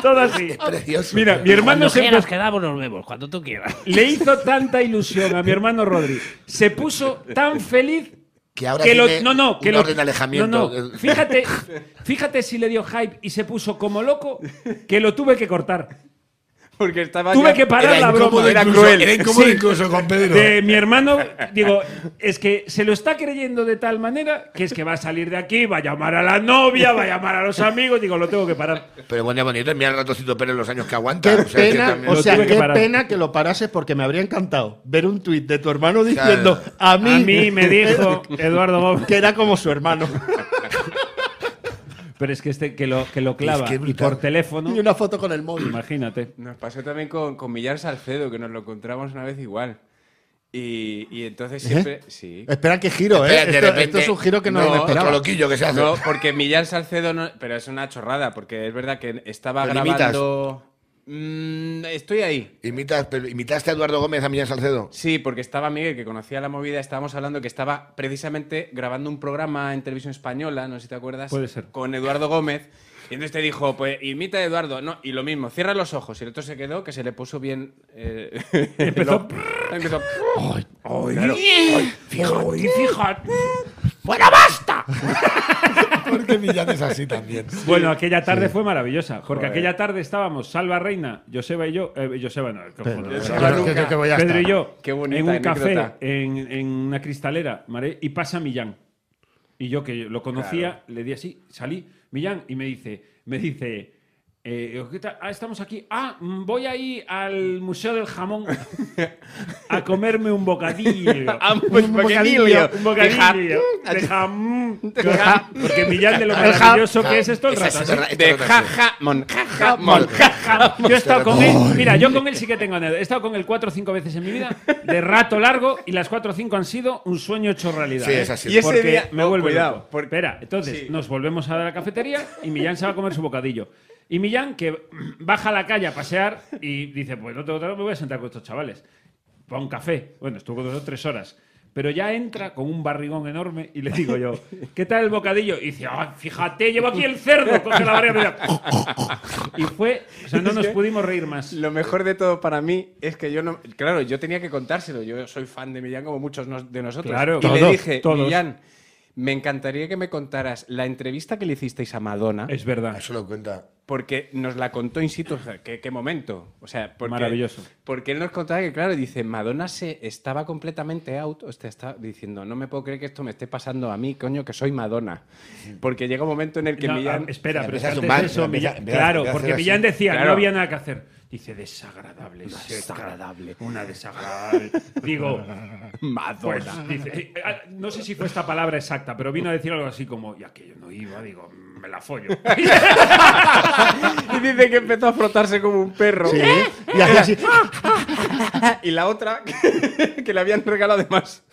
Speaker 2: Todo así.
Speaker 6: Precioso.
Speaker 2: Mira, mi hermano
Speaker 7: Cuando
Speaker 2: se
Speaker 7: quieras quedamos, nos vemos, cuando tú quieras.
Speaker 2: le hizo tanta ilusión a mi hermano Rodri. Se puso tan feliz
Speaker 6: Que ahora
Speaker 2: lo-
Speaker 6: tiene
Speaker 2: no, no, que
Speaker 6: un
Speaker 2: lo-
Speaker 6: orden de alejamiento.
Speaker 2: no, no, fíjate, fíjate si le dio hype y se puso como loco que lo tuve que cortar.
Speaker 3: Porque estaba
Speaker 2: Tuve
Speaker 3: ya-
Speaker 2: que parar
Speaker 6: Era
Speaker 2: la
Speaker 6: incómodo
Speaker 2: broma.
Speaker 6: incluso- era incómodo
Speaker 2: Sí.
Speaker 6: incluso con Pedro.
Speaker 2: De mi hermano, digo, es que se lo está creyendo de tal manera que es que va a salir de aquí, va a llamar a la novia, va a llamar a los amigos. Digo, lo tengo que parar.
Speaker 6: Pero bueno, bonito, mira el ratocito Pérez los años que aguanta.
Speaker 4: Qué
Speaker 6: o sea, que
Speaker 4: pena,
Speaker 6: también-
Speaker 4: o
Speaker 2: Lo
Speaker 4: sea,
Speaker 2: tuve que
Speaker 4: qué
Speaker 2: parar.
Speaker 4: pena que lo parases porque me habría encantado ver un tuit de tu hermano diciendo
Speaker 6: Claro.
Speaker 4: a mí,
Speaker 2: A mí me dijo Eduardo Gómez.
Speaker 4: que era como su hermano.
Speaker 2: Pero es que este que lo, que lo clava
Speaker 6: que
Speaker 2: y
Speaker 6: brutal.
Speaker 2: por teléfono,
Speaker 4: Y una foto con el móvil.
Speaker 2: imagínate.
Speaker 3: Nos pasó también con, con Millar Salcedo, que nos lo encontramos una vez igual. Y, y entonces siempre. Sí.
Speaker 4: Espera que giro, ¿eh?
Speaker 6: Espera, de
Speaker 4: Esto,
Speaker 6: repente-
Speaker 4: ¿Eh? esto es un giro que no, me
Speaker 6: otro
Speaker 4: esperaba.
Speaker 6: loquillo que se hace.
Speaker 3: No, porque Millán Salcedo no- Pero es una chorrada, porque es verdad que estaba
Speaker 6: Pero
Speaker 3: grabando. Mm, estoy ahí.
Speaker 6: Imitas, pero ¿Imitaste a Eduardo Gómez a Millán Salcedo?
Speaker 3: Sí, porque estaba Miguel, que conocía la movida, estábamos hablando que estaba precisamente grabando un programa en televisión española, no sé si te acuerdas.
Speaker 2: Puede ser.
Speaker 3: Con Eduardo Gómez. Y entonces te dijo, pues imita a Eduardo. No, y lo mismo, cierra los ojos. Y el otro se quedó, que se le puso bien. eh,
Speaker 2: empezó-
Speaker 3: lo- empezó
Speaker 7: ¡Bueno, basta!
Speaker 6: Porque Millán es así también.
Speaker 2: Bueno, aquella tarde fue maravillosa, porque aquella tarde estábamos Salva Reina, Joseba y yo, eh, Joseba no, ¿cómo no?
Speaker 4: Pero-
Speaker 3: Joseba
Speaker 4: que- que- que voy a
Speaker 2: Pedro y
Speaker 4: estar.
Speaker 2: yo,
Speaker 3: Qué bonita
Speaker 2: en un café,
Speaker 3: anécdota.
Speaker 2: en, en una cristalera, mare- y pasa Millán. Y yo que lo conocía, le di así, salí, Millán, y me dice, me dice, Eh, ¿qué tal? ah, estamos aquí. Ah, mm, voy ahí al Museo del Jamón a comerme un bocadillo.
Speaker 3: Ah, pues,
Speaker 2: un
Speaker 3: bocadillo.
Speaker 2: bocadillo. Un bocadillo.
Speaker 3: De
Speaker 2: De jamón. Porque Millán de lo maravilloso que es esto el rato.
Speaker 6: Esa es
Speaker 2: así.
Speaker 6: la- esta
Speaker 3: De
Speaker 6: es la otra opción.
Speaker 3: jajamón, jajamón, jajamón.
Speaker 2: Yo he estado con él, mira, yo con él sí que tengo anécdota. He estado con él cuatro o cinco veces en mi vida, de rato largo, y las cuatro o cinco han sido un sueño hecho realidad.
Speaker 6: Sí,
Speaker 2: ¿eh?
Speaker 6: es así.
Speaker 3: Y ese
Speaker 2: Porque
Speaker 3: día-
Speaker 2: me
Speaker 3: oh,
Speaker 2: vuelve
Speaker 3: cuidado,
Speaker 2: loco.
Speaker 3: porque-
Speaker 2: Espera, entonces
Speaker 3: Sí.
Speaker 2: nos volvemos a la cafetería y Millán se va a comer su bocadillo. Y Millán, que baja a la calle a pasear y dice, pues no tengo trabajo, me voy a sentar con estos chavales. Va a un café. Bueno, estuvo dos o tres horas. Pero ya entra con un barrigón enorme y le digo yo, ¿qué tal el bocadillo? Y dice, "Ah, fíjate, llevo aquí el cerdo, coge la barriga y mira. Y fue, o sea, no nos pudimos reír más.
Speaker 3: Lo mejor de todo para mí es que yo no. Claro, yo tenía que contárselo. Yo soy fan de Millán como muchos nos- de nosotros.
Speaker 2: Claro,
Speaker 3: y le
Speaker 2: todos,
Speaker 3: dije,
Speaker 2: todos.
Speaker 3: Millán, me encantaría que me contaras la entrevista que le hicisteis a Madonna,
Speaker 2: Es verdad.
Speaker 6: Ah, Eso lo cuenta.
Speaker 3: porque nos la contó in situ. O sea, qué, qué momento. O sea, porque,
Speaker 2: Maravilloso.
Speaker 3: Porque él nos contaba que, claro, dice, Madonna se estaba completamente out. O sea, estaba diciendo, no me puedo creer que esto me esté pasando a mí, coño, que soy Madonna. Porque llega un momento en el que
Speaker 2: No,
Speaker 3: Millán.
Speaker 2: ah, espera, pero es
Speaker 6: empieza
Speaker 2: que
Speaker 6: a
Speaker 2: antes
Speaker 6: zumbar,
Speaker 2: de eso,
Speaker 6: empieza-
Speaker 2: Millán-
Speaker 6: empieza-
Speaker 2: claro,
Speaker 6: empieza a
Speaker 2: porque
Speaker 6: hacer
Speaker 2: Millán
Speaker 6: así.
Speaker 2: decía,
Speaker 3: Claro.
Speaker 2: no había nada que hacer. Dice, desagradable, desagradable. Una desagradable. Digo, pues,
Speaker 3: Madonna.
Speaker 2: dice, eh, ah, no sé si fue esta palabra exacta, pero vino a decir algo así como, ya que yo no iba, digo, "Mm, me la follo.
Speaker 3: y dice que empezó a frotarse como un perro.
Speaker 4: Y hacía así.
Speaker 3: Y la otra, que, le habían regalado además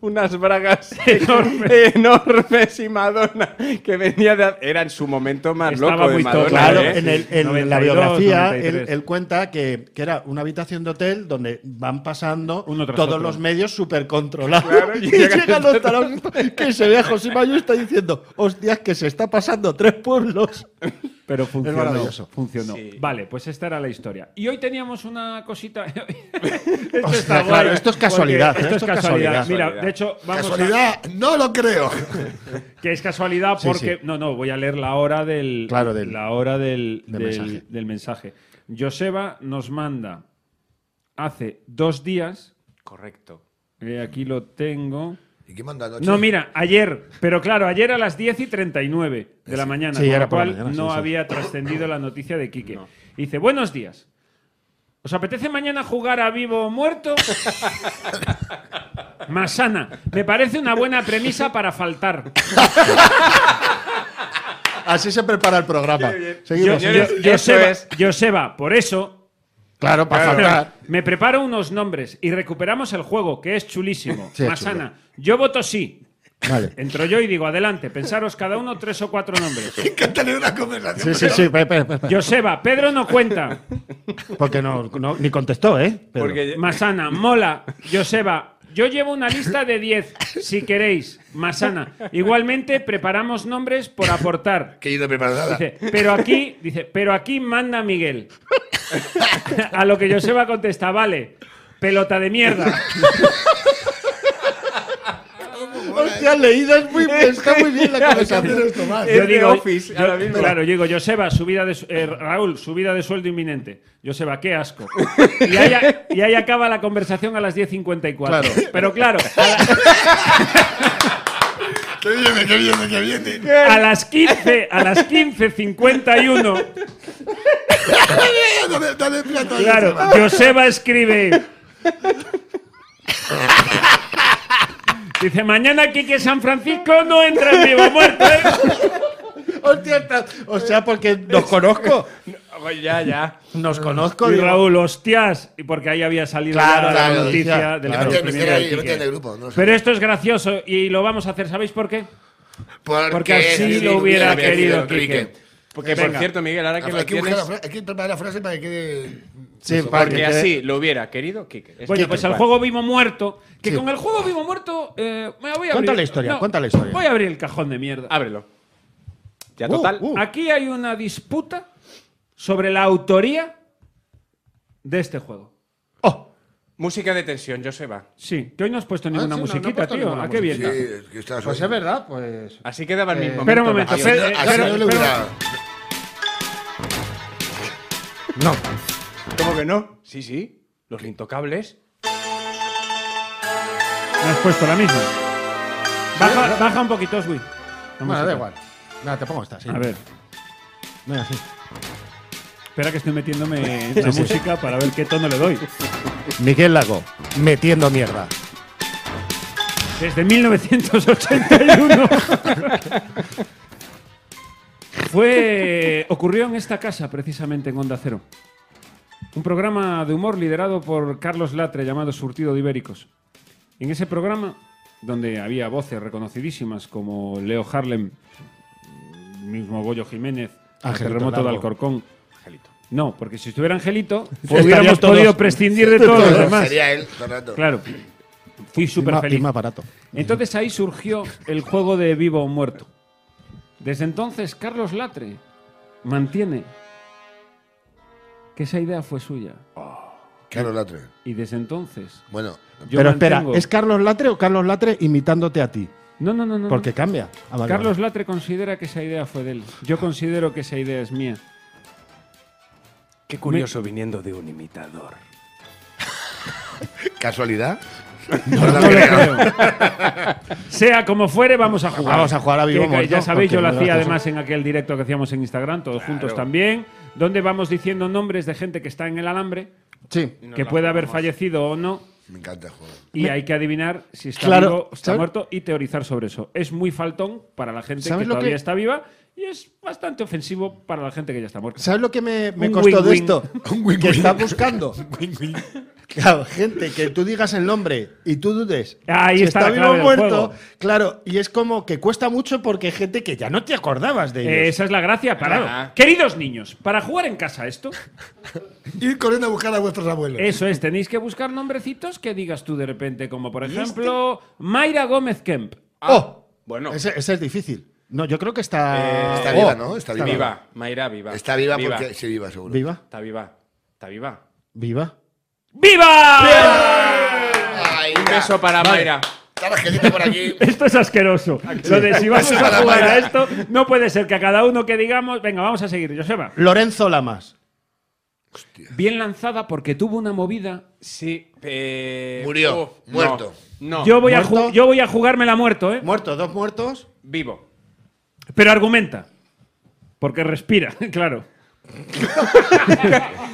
Speaker 3: unas bragas enormes, y Madonna, que venía de... Era en su momento más
Speaker 2: Estaba
Speaker 3: loco de
Speaker 2: muy
Speaker 3: Madonna.
Speaker 2: todo,
Speaker 4: Claro,
Speaker 3: ¿eh?
Speaker 4: en, el- en
Speaker 2: 92,
Speaker 4: la biografía él,
Speaker 2: 93.
Speaker 4: él cuenta que, que era una habitación de hotel donde van pasando
Speaker 2: Uno tras
Speaker 4: todos
Speaker 2: otro.
Speaker 4: los medios súper controlados.
Speaker 3: Claro, y
Speaker 4: y
Speaker 3: llegan
Speaker 4: llegan
Speaker 3: todos.
Speaker 4: hasta la misma- que se ve a José Mayo está diciendo, hostias, que se está pasando tres pueblos.
Speaker 2: Pero funcionó.
Speaker 4: maravilloso.
Speaker 2: Funcionó.
Speaker 3: Sí.
Speaker 2: Vale, pues esta era la historia. Y hoy teníamos una cosita. esto está
Speaker 4: claro,
Speaker 2: guay,
Speaker 4: esto es
Speaker 2: porque
Speaker 4: casualidad, ¿eh?
Speaker 2: Esto es casualidad. Mira,
Speaker 3: Casualidad.
Speaker 2: de hecho, vamos a.
Speaker 6: Casualidad, no lo creo.
Speaker 2: Que es casualidad
Speaker 4: Sí,
Speaker 2: porque.
Speaker 4: sí.
Speaker 2: No, no, voy a leer la hora del.
Speaker 4: Claro, del-
Speaker 2: la hora del,
Speaker 4: del
Speaker 2: del-
Speaker 4: mensaje.
Speaker 2: del mensaje. Joseba nos manda hace dos días.
Speaker 3: Correcto.
Speaker 2: eh, aquí lo tengo.
Speaker 6: ¿Y qué manda anoche?
Speaker 2: No, mira, ayer, pero claro, ayer a las 10 y 39 de la mañana,
Speaker 4: Sí,
Speaker 2: con
Speaker 4: era
Speaker 2: lo
Speaker 4: por la
Speaker 2: cual
Speaker 4: mañana, sí,
Speaker 2: no
Speaker 4: sí.
Speaker 2: había trascendido la noticia de Quique. Y Dice, buenos días. ¿Os apetece mañana jugar a vivo o muerto? Masana, me parece una buena premisa para faltar.
Speaker 4: Así se prepara el programa. Seguimos.
Speaker 3: Yo- yo- Eso
Speaker 2: Joseba,
Speaker 3: es.
Speaker 2: Joseba, por eso
Speaker 4: claro, para faltar.
Speaker 2: me preparo unos nombres y recuperamos el juego, que es chulísimo.
Speaker 4: Sí, es
Speaker 2: Masana, yo voto sí.
Speaker 4: Vale.
Speaker 2: Entro yo y digo, adelante, pensaros cada uno tres o cuatro nombres.
Speaker 6: Me encanta leer una conversación.
Speaker 4: Sí, sí, sí, espera, espera, espera,
Speaker 2: Joseba, Pedro no cuenta.
Speaker 4: Porque no, no- ni contestó, ¿eh? Pedro.
Speaker 3: Porque
Speaker 2: Masana, mola. Joseba, yo llevo una lista de 10, si queréis. Masana, igualmente preparamos nombres por aportar.
Speaker 6: Que yo no he preparado nada.
Speaker 2: Dice, pero aquí, dice, pero aquí manda Miguel. A lo que Joseba contesta, vale, pelota de mierda.
Speaker 4: Hostia, leída es muy, está muy bien la conversación. esto, mal.
Speaker 2: Eh,
Speaker 3: Es de Office,
Speaker 2: yo-
Speaker 3: ahora mismo.
Speaker 2: Claro, yo digo, Joseba, subida de, su- eh, Raúl, subida de sueldo inminente. Joseba, qué asco. Y ahí, a- y ahí acaba la conversación a las 10.54.
Speaker 4: Claro.
Speaker 2: Pero claro, a la-
Speaker 6: Que viene, que viene, que viene.
Speaker 2: a las 15, a las 15.51,
Speaker 6: Eh, Dale, dale plata.
Speaker 2: claro, Joseba escribe. Dice, mañana Quique San Francisco no entra en vivo muerto. ¿eh?".
Speaker 4: Hostia, está- o sea, porque nos conozco.
Speaker 3: ya, ya.
Speaker 4: Nos conozco.
Speaker 2: Y
Speaker 4: digo,
Speaker 2: Raúl, hostias. Y porque ahí había salido
Speaker 4: Claro,
Speaker 2: la,
Speaker 4: claro,
Speaker 2: noticia
Speaker 4: claro.
Speaker 2: del
Speaker 4: Claro.
Speaker 6: Mete-
Speaker 2: fallecimiento
Speaker 6: meter
Speaker 2: de
Speaker 6: ahí,
Speaker 2: Quique.
Speaker 6: mete en el grupo. No lo sé.
Speaker 2: Pero esto es gracioso y lo vamos a hacer, ¿sabéis por qué? porque así
Speaker 6: sí
Speaker 2: lo hubiera querido
Speaker 6: Enrique.
Speaker 2: Quique.
Speaker 3: Porque, por
Speaker 2: Venga.
Speaker 3: cierto, Miguel, ahora que
Speaker 6: Hay
Speaker 3: lo
Speaker 6: que, buscar
Speaker 3: tienes...
Speaker 6: la fra- hay que preparar la frase para que quede.
Speaker 4: Sí, para que
Speaker 3: Porque
Speaker 4: quede-
Speaker 3: así lo hubiera querido, Kike. Es
Speaker 2: Bueno,
Speaker 3: que-
Speaker 2: pues al juego vivo muerto, que
Speaker 4: ¿eh? Sí.
Speaker 2: con el juego vivo muerto eh, me voy a
Speaker 4: Cuenta
Speaker 2: abrir-
Speaker 4: la historia, cuenta la historia.
Speaker 2: Voy a abrir el cajón de mierda.
Speaker 3: Ábrelo. Ya,
Speaker 4: Uh,
Speaker 3: total. Ah,
Speaker 4: uh.
Speaker 2: Aquí hay una disputa sobre la autoría de este juego.
Speaker 4: Oh,
Speaker 3: Música de tensión, Joseba.
Speaker 2: Sí, que hoy no has puesto
Speaker 4: Ah, sí,
Speaker 2: ninguna
Speaker 4: no, no he
Speaker 2: musiquita,
Speaker 4: puesto
Speaker 2: tío.
Speaker 4: ninguna
Speaker 2: ¿A qué
Speaker 6: Sí,
Speaker 2: viene?
Speaker 6: es que estaba
Speaker 4: pues es
Speaker 6: suelto.
Speaker 4: verdad, pues.
Speaker 3: Así quedaba el mismo.
Speaker 2: espera un
Speaker 3: momento.
Speaker 2: momento.
Speaker 6: A
Speaker 2: Fer,
Speaker 6: Leonor-
Speaker 2: eh,
Speaker 6: a
Speaker 2: Fer,
Speaker 6: Leonor le
Speaker 2: Fer-
Speaker 6: hubiera.
Speaker 4: No.
Speaker 2: eh.
Speaker 3: ¿Cómo que no? Sí, sí. Los intocables.
Speaker 2: No has puesto la misma. Baja, baja un poquito, Oswi. La
Speaker 4: Bueno,
Speaker 2: música.
Speaker 4: Ah. da igual. Nada, te pongo esta, sí.
Speaker 2: A ver.
Speaker 4: Venga, sí.
Speaker 2: Espera que estoy metiéndome en la música para ver qué tono le doy.
Speaker 8: Miguel Lago, metiendo mierda.
Speaker 2: Desde 1981. Fue. ocurrió en esta casa, precisamente en Onda Cero. Un programa de humor liderado por Carlos Latre llamado Surtido de Ibéricos. En ese programa, donde había voces reconocidísimas como Leo Harlem, mismo Goyo Jiménez, el
Speaker 4: Angelito
Speaker 2: terremoto de
Speaker 4: Largo.
Speaker 2: Alcorcón. No, porque si estuviera Angelito, hubiéramos
Speaker 8: todos-
Speaker 2: podido prescindir de todos los demás.
Speaker 6: Sería él, Fernando.
Speaker 2: Claro. Fui súper
Speaker 4: Y
Speaker 2: feliz.
Speaker 4: más barato.
Speaker 2: Entonces ahí surgió el juego de vivo o muerto. Desde entonces, Carlos Latre mantiene que esa idea fue suya.
Speaker 6: Claro, Latre.
Speaker 2: Y desde entonces.
Speaker 6: Bueno,
Speaker 2: yo
Speaker 4: Pero espera,
Speaker 2: mantengo-
Speaker 4: ¿es Carlos Latre o Carlos Latre imitándote a ti?
Speaker 2: No, no, no, no. no.
Speaker 4: Porque cambia. Ah, vale,
Speaker 2: Carlos Latre considera que esa idea fue de él.
Speaker 4: Ah.
Speaker 2: Yo considero que esa idea es mía.
Speaker 3: Qué
Speaker 2: curioso
Speaker 3: viniendo de un imitador.
Speaker 6: ¿casualidad?
Speaker 2: Sea como fuere, vamos a jugar.
Speaker 4: Ah, Vamos a jugar a vivo
Speaker 2: Que- que
Speaker 4: muerto,
Speaker 2: Ya sabéis, yo
Speaker 4: porque
Speaker 2: lo
Speaker 4: no lo
Speaker 2: hacía
Speaker 4: hacemos.
Speaker 2: además en aquel directo que hacíamos en Instagram, todos juntos también, donde vamos diciendo nombres de gente que está en el alambre,
Speaker 4: vale. Sí.
Speaker 2: que puede haber fallecido o no,
Speaker 6: Me encanta el juego.
Speaker 2: y hay que adivinar si está
Speaker 4: Claro,
Speaker 2: vivo o está
Speaker 4: ¿sabes?
Speaker 2: muerto y teorizar sobre eso. Es muy faltón para la gente que
Speaker 4: ¿Sabes lo
Speaker 2: todavía
Speaker 4: que-
Speaker 2: está viva y es bastante ofensivo para la gente que ya está muerta.
Speaker 4: ¿Sabes lo que me, me
Speaker 2: Un
Speaker 4: costó de
Speaker 2: win-win.
Speaker 4: esto? que estás buscando. Claro, gente, que tú digas el nombre y tú dudes.
Speaker 2: Ahí
Speaker 4: si
Speaker 2: está
Speaker 4: está
Speaker 2: la
Speaker 4: vivo
Speaker 2: clave
Speaker 4: o
Speaker 2: del
Speaker 4: muerto.
Speaker 2: juego.
Speaker 4: Claro, y es como que cuesta mucho porque hay gente que ya no te acordabas de ellos.
Speaker 2: Eh, esa es la gracia, claro.
Speaker 3: Ajá.
Speaker 2: Queridos niños, para jugar en casa esto,
Speaker 5: Ir corriendo a buscar a vuestros abuelos.
Speaker 2: Eso es, tenéis que buscar nombrecitos que digas tú de repente, como por ejemplo Mayra Gómez Kemp.
Speaker 4: ¡Oh!
Speaker 3: Ah, Bueno,
Speaker 4: Ese, ese es difícil. No, yo creo que está.
Speaker 3: Eh,
Speaker 6: Está
Speaker 4: Oh,
Speaker 6: viva, ¿no? Está viva.
Speaker 3: viva, Mayra, viva.
Speaker 6: Está viva porque. Sí, viva, seguro.
Speaker 4: ¿Viva?
Speaker 3: Está viva. Está viva.
Speaker 4: ¿Viva?
Speaker 2: ¡Viva!
Speaker 6: Ay,
Speaker 3: Un beso para Mayra.
Speaker 6: Está la gente por aquí.
Speaker 2: Esto es asqueroso. Lo de si vamos a jugar a esto, no puede ser que a cada uno que digamos, venga, vamos a seguir, Joseba.
Speaker 4: Lorenzo Lamas.
Speaker 2: Bien lanzada porque tuvo una movida.
Speaker 3: Sí. eh,
Speaker 6: Murió,
Speaker 3: no,
Speaker 6: muerto.
Speaker 3: No,
Speaker 2: Yo voy, a
Speaker 4: ¿Muerto?
Speaker 2: ju- yo voy a jugármela muerto, ¿eh?
Speaker 4: Muertos, dos muertos.
Speaker 3: vivo.
Speaker 2: Pero argumenta. Porque respira, claro.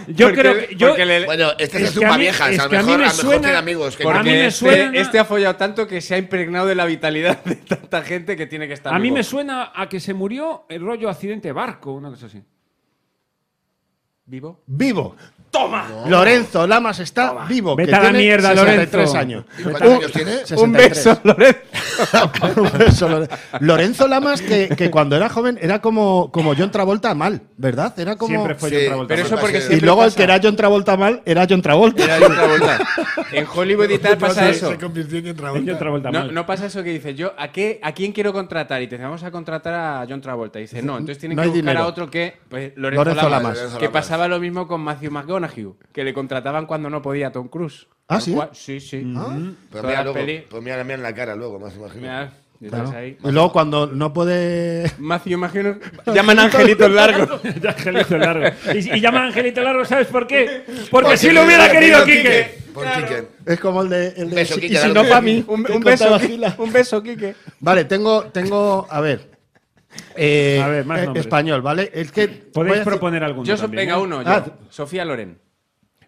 Speaker 2: yo
Speaker 3: Porque-
Speaker 2: creo que. Yo,
Speaker 3: porque le-
Speaker 6: Bueno, este es,
Speaker 2: Es
Speaker 6: de
Speaker 2: que a
Speaker 6: tumba
Speaker 2: mí-
Speaker 6: viejas.
Speaker 2: es
Speaker 6: a lo
Speaker 2: que a mí
Speaker 6: mejor, a
Speaker 2: me
Speaker 6: lo mejor
Speaker 2: suena-
Speaker 6: tiene amigos. Que
Speaker 3: Porque
Speaker 2: a mí me
Speaker 3: este,
Speaker 2: suena-
Speaker 3: este ha follado tanto que se ha impregnado de la vitalidad de tanta gente que tiene que estar
Speaker 2: A mí
Speaker 3: vivo.
Speaker 2: me suena a que se murió el rollo accidente de barco, una cosa así.
Speaker 3: ¿Vivo?
Speaker 4: Vivo. ¡Toma! Lorenzo Lamas está vivo.
Speaker 2: Vete
Speaker 4: que
Speaker 2: a la
Speaker 4: tiene
Speaker 2: mierda,
Speaker 4: 63
Speaker 2: Lorenzo.
Speaker 4: años.
Speaker 6: ¿Cuántos años tiene?
Speaker 3: Un
Speaker 4: 63.
Speaker 3: beso, Lorenzo.
Speaker 4: Un beso, Lore- Lorenzo Lamas, que, que cuando era joven era como, como John Travolta mal, ¿verdad? Era como.
Speaker 2: Siempre fue
Speaker 6: Sí,
Speaker 2: John Travolta.
Speaker 3: Pero eso porque
Speaker 6: Y
Speaker 4: Y
Speaker 3: siempre
Speaker 4: luego el
Speaker 3: pasa.
Speaker 4: que era John Travolta mal era John Travolta.
Speaker 3: Era de otra vuelta. En Hollywood y tal pasa
Speaker 5: Se-
Speaker 3: eso.
Speaker 5: Se convirtió en John Travolta.
Speaker 2: John Travolta
Speaker 3: No,
Speaker 2: mal.
Speaker 3: no pasa eso que dices, yo, ¿a, qué, ¿a quién quiero contratar? Y te dicen, vamos a contratar a John Travolta. Y dices, no, entonces tienen
Speaker 4: No
Speaker 3: que
Speaker 4: hay
Speaker 3: buscar a
Speaker 4: dinero.
Speaker 3: otro que. Pues, Lorenzo,
Speaker 4: Lorenzo
Speaker 3: Lamas.
Speaker 4: Lamas.
Speaker 3: Que pasaba lo mismo con Matthew McConaughey, que le contrataban cuando no podía a Tom Cruise.
Speaker 4: Ah,
Speaker 3: Tal
Speaker 4: ¿sí? Mm.
Speaker 3: cual- Sí, sí.
Speaker 6: Pues
Speaker 3: Todas
Speaker 6: mira,
Speaker 3: las
Speaker 6: luego,
Speaker 3: peli-
Speaker 6: pues mira, mira en la cara luego, más imagino.
Speaker 3: Mira, estás
Speaker 2: pues
Speaker 4: Claro.
Speaker 3: ahí.
Speaker 4: Y luego cuando no puede.
Speaker 3: Matthew McConaughey. Llaman a Angelitos Largo.
Speaker 2: De Angelito Largo. Y, y llama a Angelito Largo, ¿sabes por qué? Porque, si lo hubiera querido Quique.
Speaker 6: Por Quique.
Speaker 4: Es como el de. el de-
Speaker 6: beso,
Speaker 4: si-
Speaker 6: Quique,
Speaker 4: y si
Speaker 6: dale
Speaker 4: no,
Speaker 6: un
Speaker 4: para
Speaker 6: beso.
Speaker 4: mí.
Speaker 3: Un,
Speaker 4: que
Speaker 3: un beso,
Speaker 4: contaba
Speaker 3: Quique.
Speaker 4: Gila.
Speaker 3: un beso, Quique.
Speaker 4: Vale, tengo, tengo. A ver. Eh,
Speaker 2: A ver, más
Speaker 4: eh,
Speaker 2: nombres.
Speaker 4: español, ¿vale? Es que. voy a
Speaker 2: Podéis
Speaker 4: decir-
Speaker 2: proponer alguno.
Speaker 3: Yo, so-
Speaker 2: también,
Speaker 3: venga,
Speaker 2: ¿eh?
Speaker 3: uno. yo.
Speaker 4: Ah.
Speaker 3: Sofía Loren.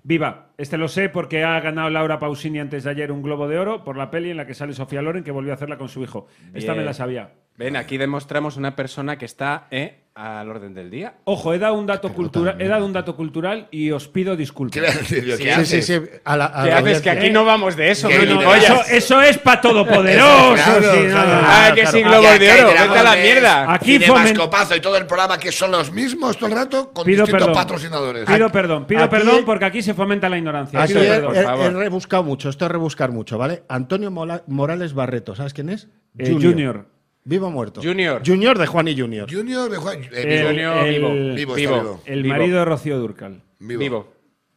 Speaker 2: Viva, este lo sé porque ha ganado Laura Pausini antes de ayer un Globo de Oro por la peli en la que sale Sofía Loren que volvió a hacerla con su hijo. Esta
Speaker 3: Bien.
Speaker 2: me la sabía.
Speaker 3: Ven, aquí demostramos una persona que está eh, al orden del día.
Speaker 2: Ojo, he dado un dato cultural, he dado un dato cultural y os pido
Speaker 6: ¿Qué vas
Speaker 2: disculpas.
Speaker 6: a decir yo? ¿Qué
Speaker 4: Sí, sí,
Speaker 6: haces?
Speaker 4: sí. A la, a
Speaker 3: ¿Qué
Speaker 4: la
Speaker 3: haces? Que
Speaker 4: audiencia.
Speaker 3: aquí no vamos de eso,
Speaker 6: Que
Speaker 3: no,
Speaker 6: no,
Speaker 3: no,
Speaker 6: no,
Speaker 3: vayas.
Speaker 2: Eso, eso es para todopoderoso.
Speaker 6: Claro,
Speaker 2: sí, no,
Speaker 6: claro.
Speaker 2: no, no.
Speaker 3: Ah, que sí, Globo
Speaker 6: Ya,
Speaker 3: de
Speaker 6: que
Speaker 3: Oro,
Speaker 6: grabamos
Speaker 3: vete a la
Speaker 6: de
Speaker 3: mierda.
Speaker 2: Aquí
Speaker 6: Cinemas
Speaker 2: fomen-
Speaker 6: Copazo y todo el programa que son los mismos todo el rato con
Speaker 2: Pido
Speaker 6: distintos
Speaker 2: perdón.
Speaker 6: patrocinadores.
Speaker 2: Pido perdón, pido
Speaker 4: Aquí-
Speaker 2: perdón porque aquí se fomenta la ignorancia.
Speaker 4: Aquí
Speaker 2: Pido
Speaker 4: he,
Speaker 2: perdón.
Speaker 4: he-
Speaker 3: favor.
Speaker 4: he rebuscado mucho, esto es rebuscar mucho, ¿vale? Antonio Mola- Morales Barreto, ¿sabes quién es?
Speaker 2: Eh, Junior.
Speaker 4: Vivo o muerto.
Speaker 3: Junior.
Speaker 4: Junior de Juan y Junior.
Speaker 6: Junior de Juan. eh,
Speaker 2: El-
Speaker 6: vivo,
Speaker 3: Junior,
Speaker 2: el-
Speaker 3: vivo.
Speaker 6: vivo,
Speaker 3: vivo.
Speaker 6: está vivo.
Speaker 2: El
Speaker 3: Vivo.
Speaker 2: marido de Rocío Durcal.
Speaker 6: Vivo.
Speaker 3: Vivo.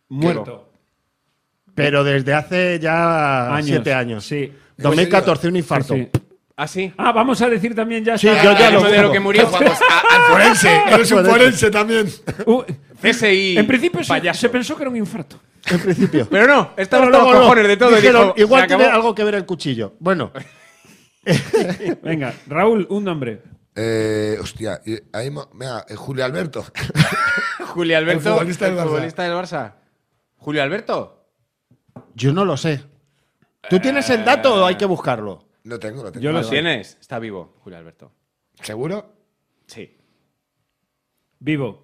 Speaker 2: Muerto.
Speaker 4: Pero desde hace ya
Speaker 2: Años. Pues
Speaker 4: siete años.
Speaker 2: Sí.
Speaker 4: 2014, un infarto.
Speaker 2: Sí, sí.
Speaker 3: ¿Ah, sí?
Speaker 2: Ah, vamos a decir también ya.
Speaker 4: Sí,
Speaker 2: está.
Speaker 4: yo ya
Speaker 3: Ah,
Speaker 4: lo
Speaker 3: de lo
Speaker 4: juego.
Speaker 3: que murió.
Speaker 6: Vamos a- al forense.
Speaker 5: Eres un forense también.
Speaker 2: Uh,
Speaker 3: CSI.
Speaker 2: en principio se,
Speaker 3: payaso.
Speaker 2: se pensó que era un infarto.
Speaker 4: En principio.
Speaker 3: Pero no, estaba
Speaker 4: Pero
Speaker 3: hasta los
Speaker 4: luego no.
Speaker 3: cojones de todo. y
Speaker 4: Dijeron,
Speaker 3: dijo,
Speaker 4: igual
Speaker 3: se
Speaker 4: tiene
Speaker 3: acabó.
Speaker 4: algo que ver el cuchillo. Bueno,
Speaker 2: Venga, Raúl, un nombre.
Speaker 6: Eh, hostia, y ahí mo- mira, eh, Julio Alberto.
Speaker 3: Julio Alberto.
Speaker 5: El futbolista del Barça.
Speaker 3: futbolista del Barça. Julio Alberto.
Speaker 4: Yo no lo sé. ¿Tú tienes el dato o hay que buscarlo?
Speaker 6: No tengo, no tengo.
Speaker 3: Yo lo
Speaker 6: Vale,
Speaker 3: tienes. Está vivo, Julio Alberto.
Speaker 6: vale. ¿Seguro?
Speaker 3: Sí.
Speaker 2: Vivo.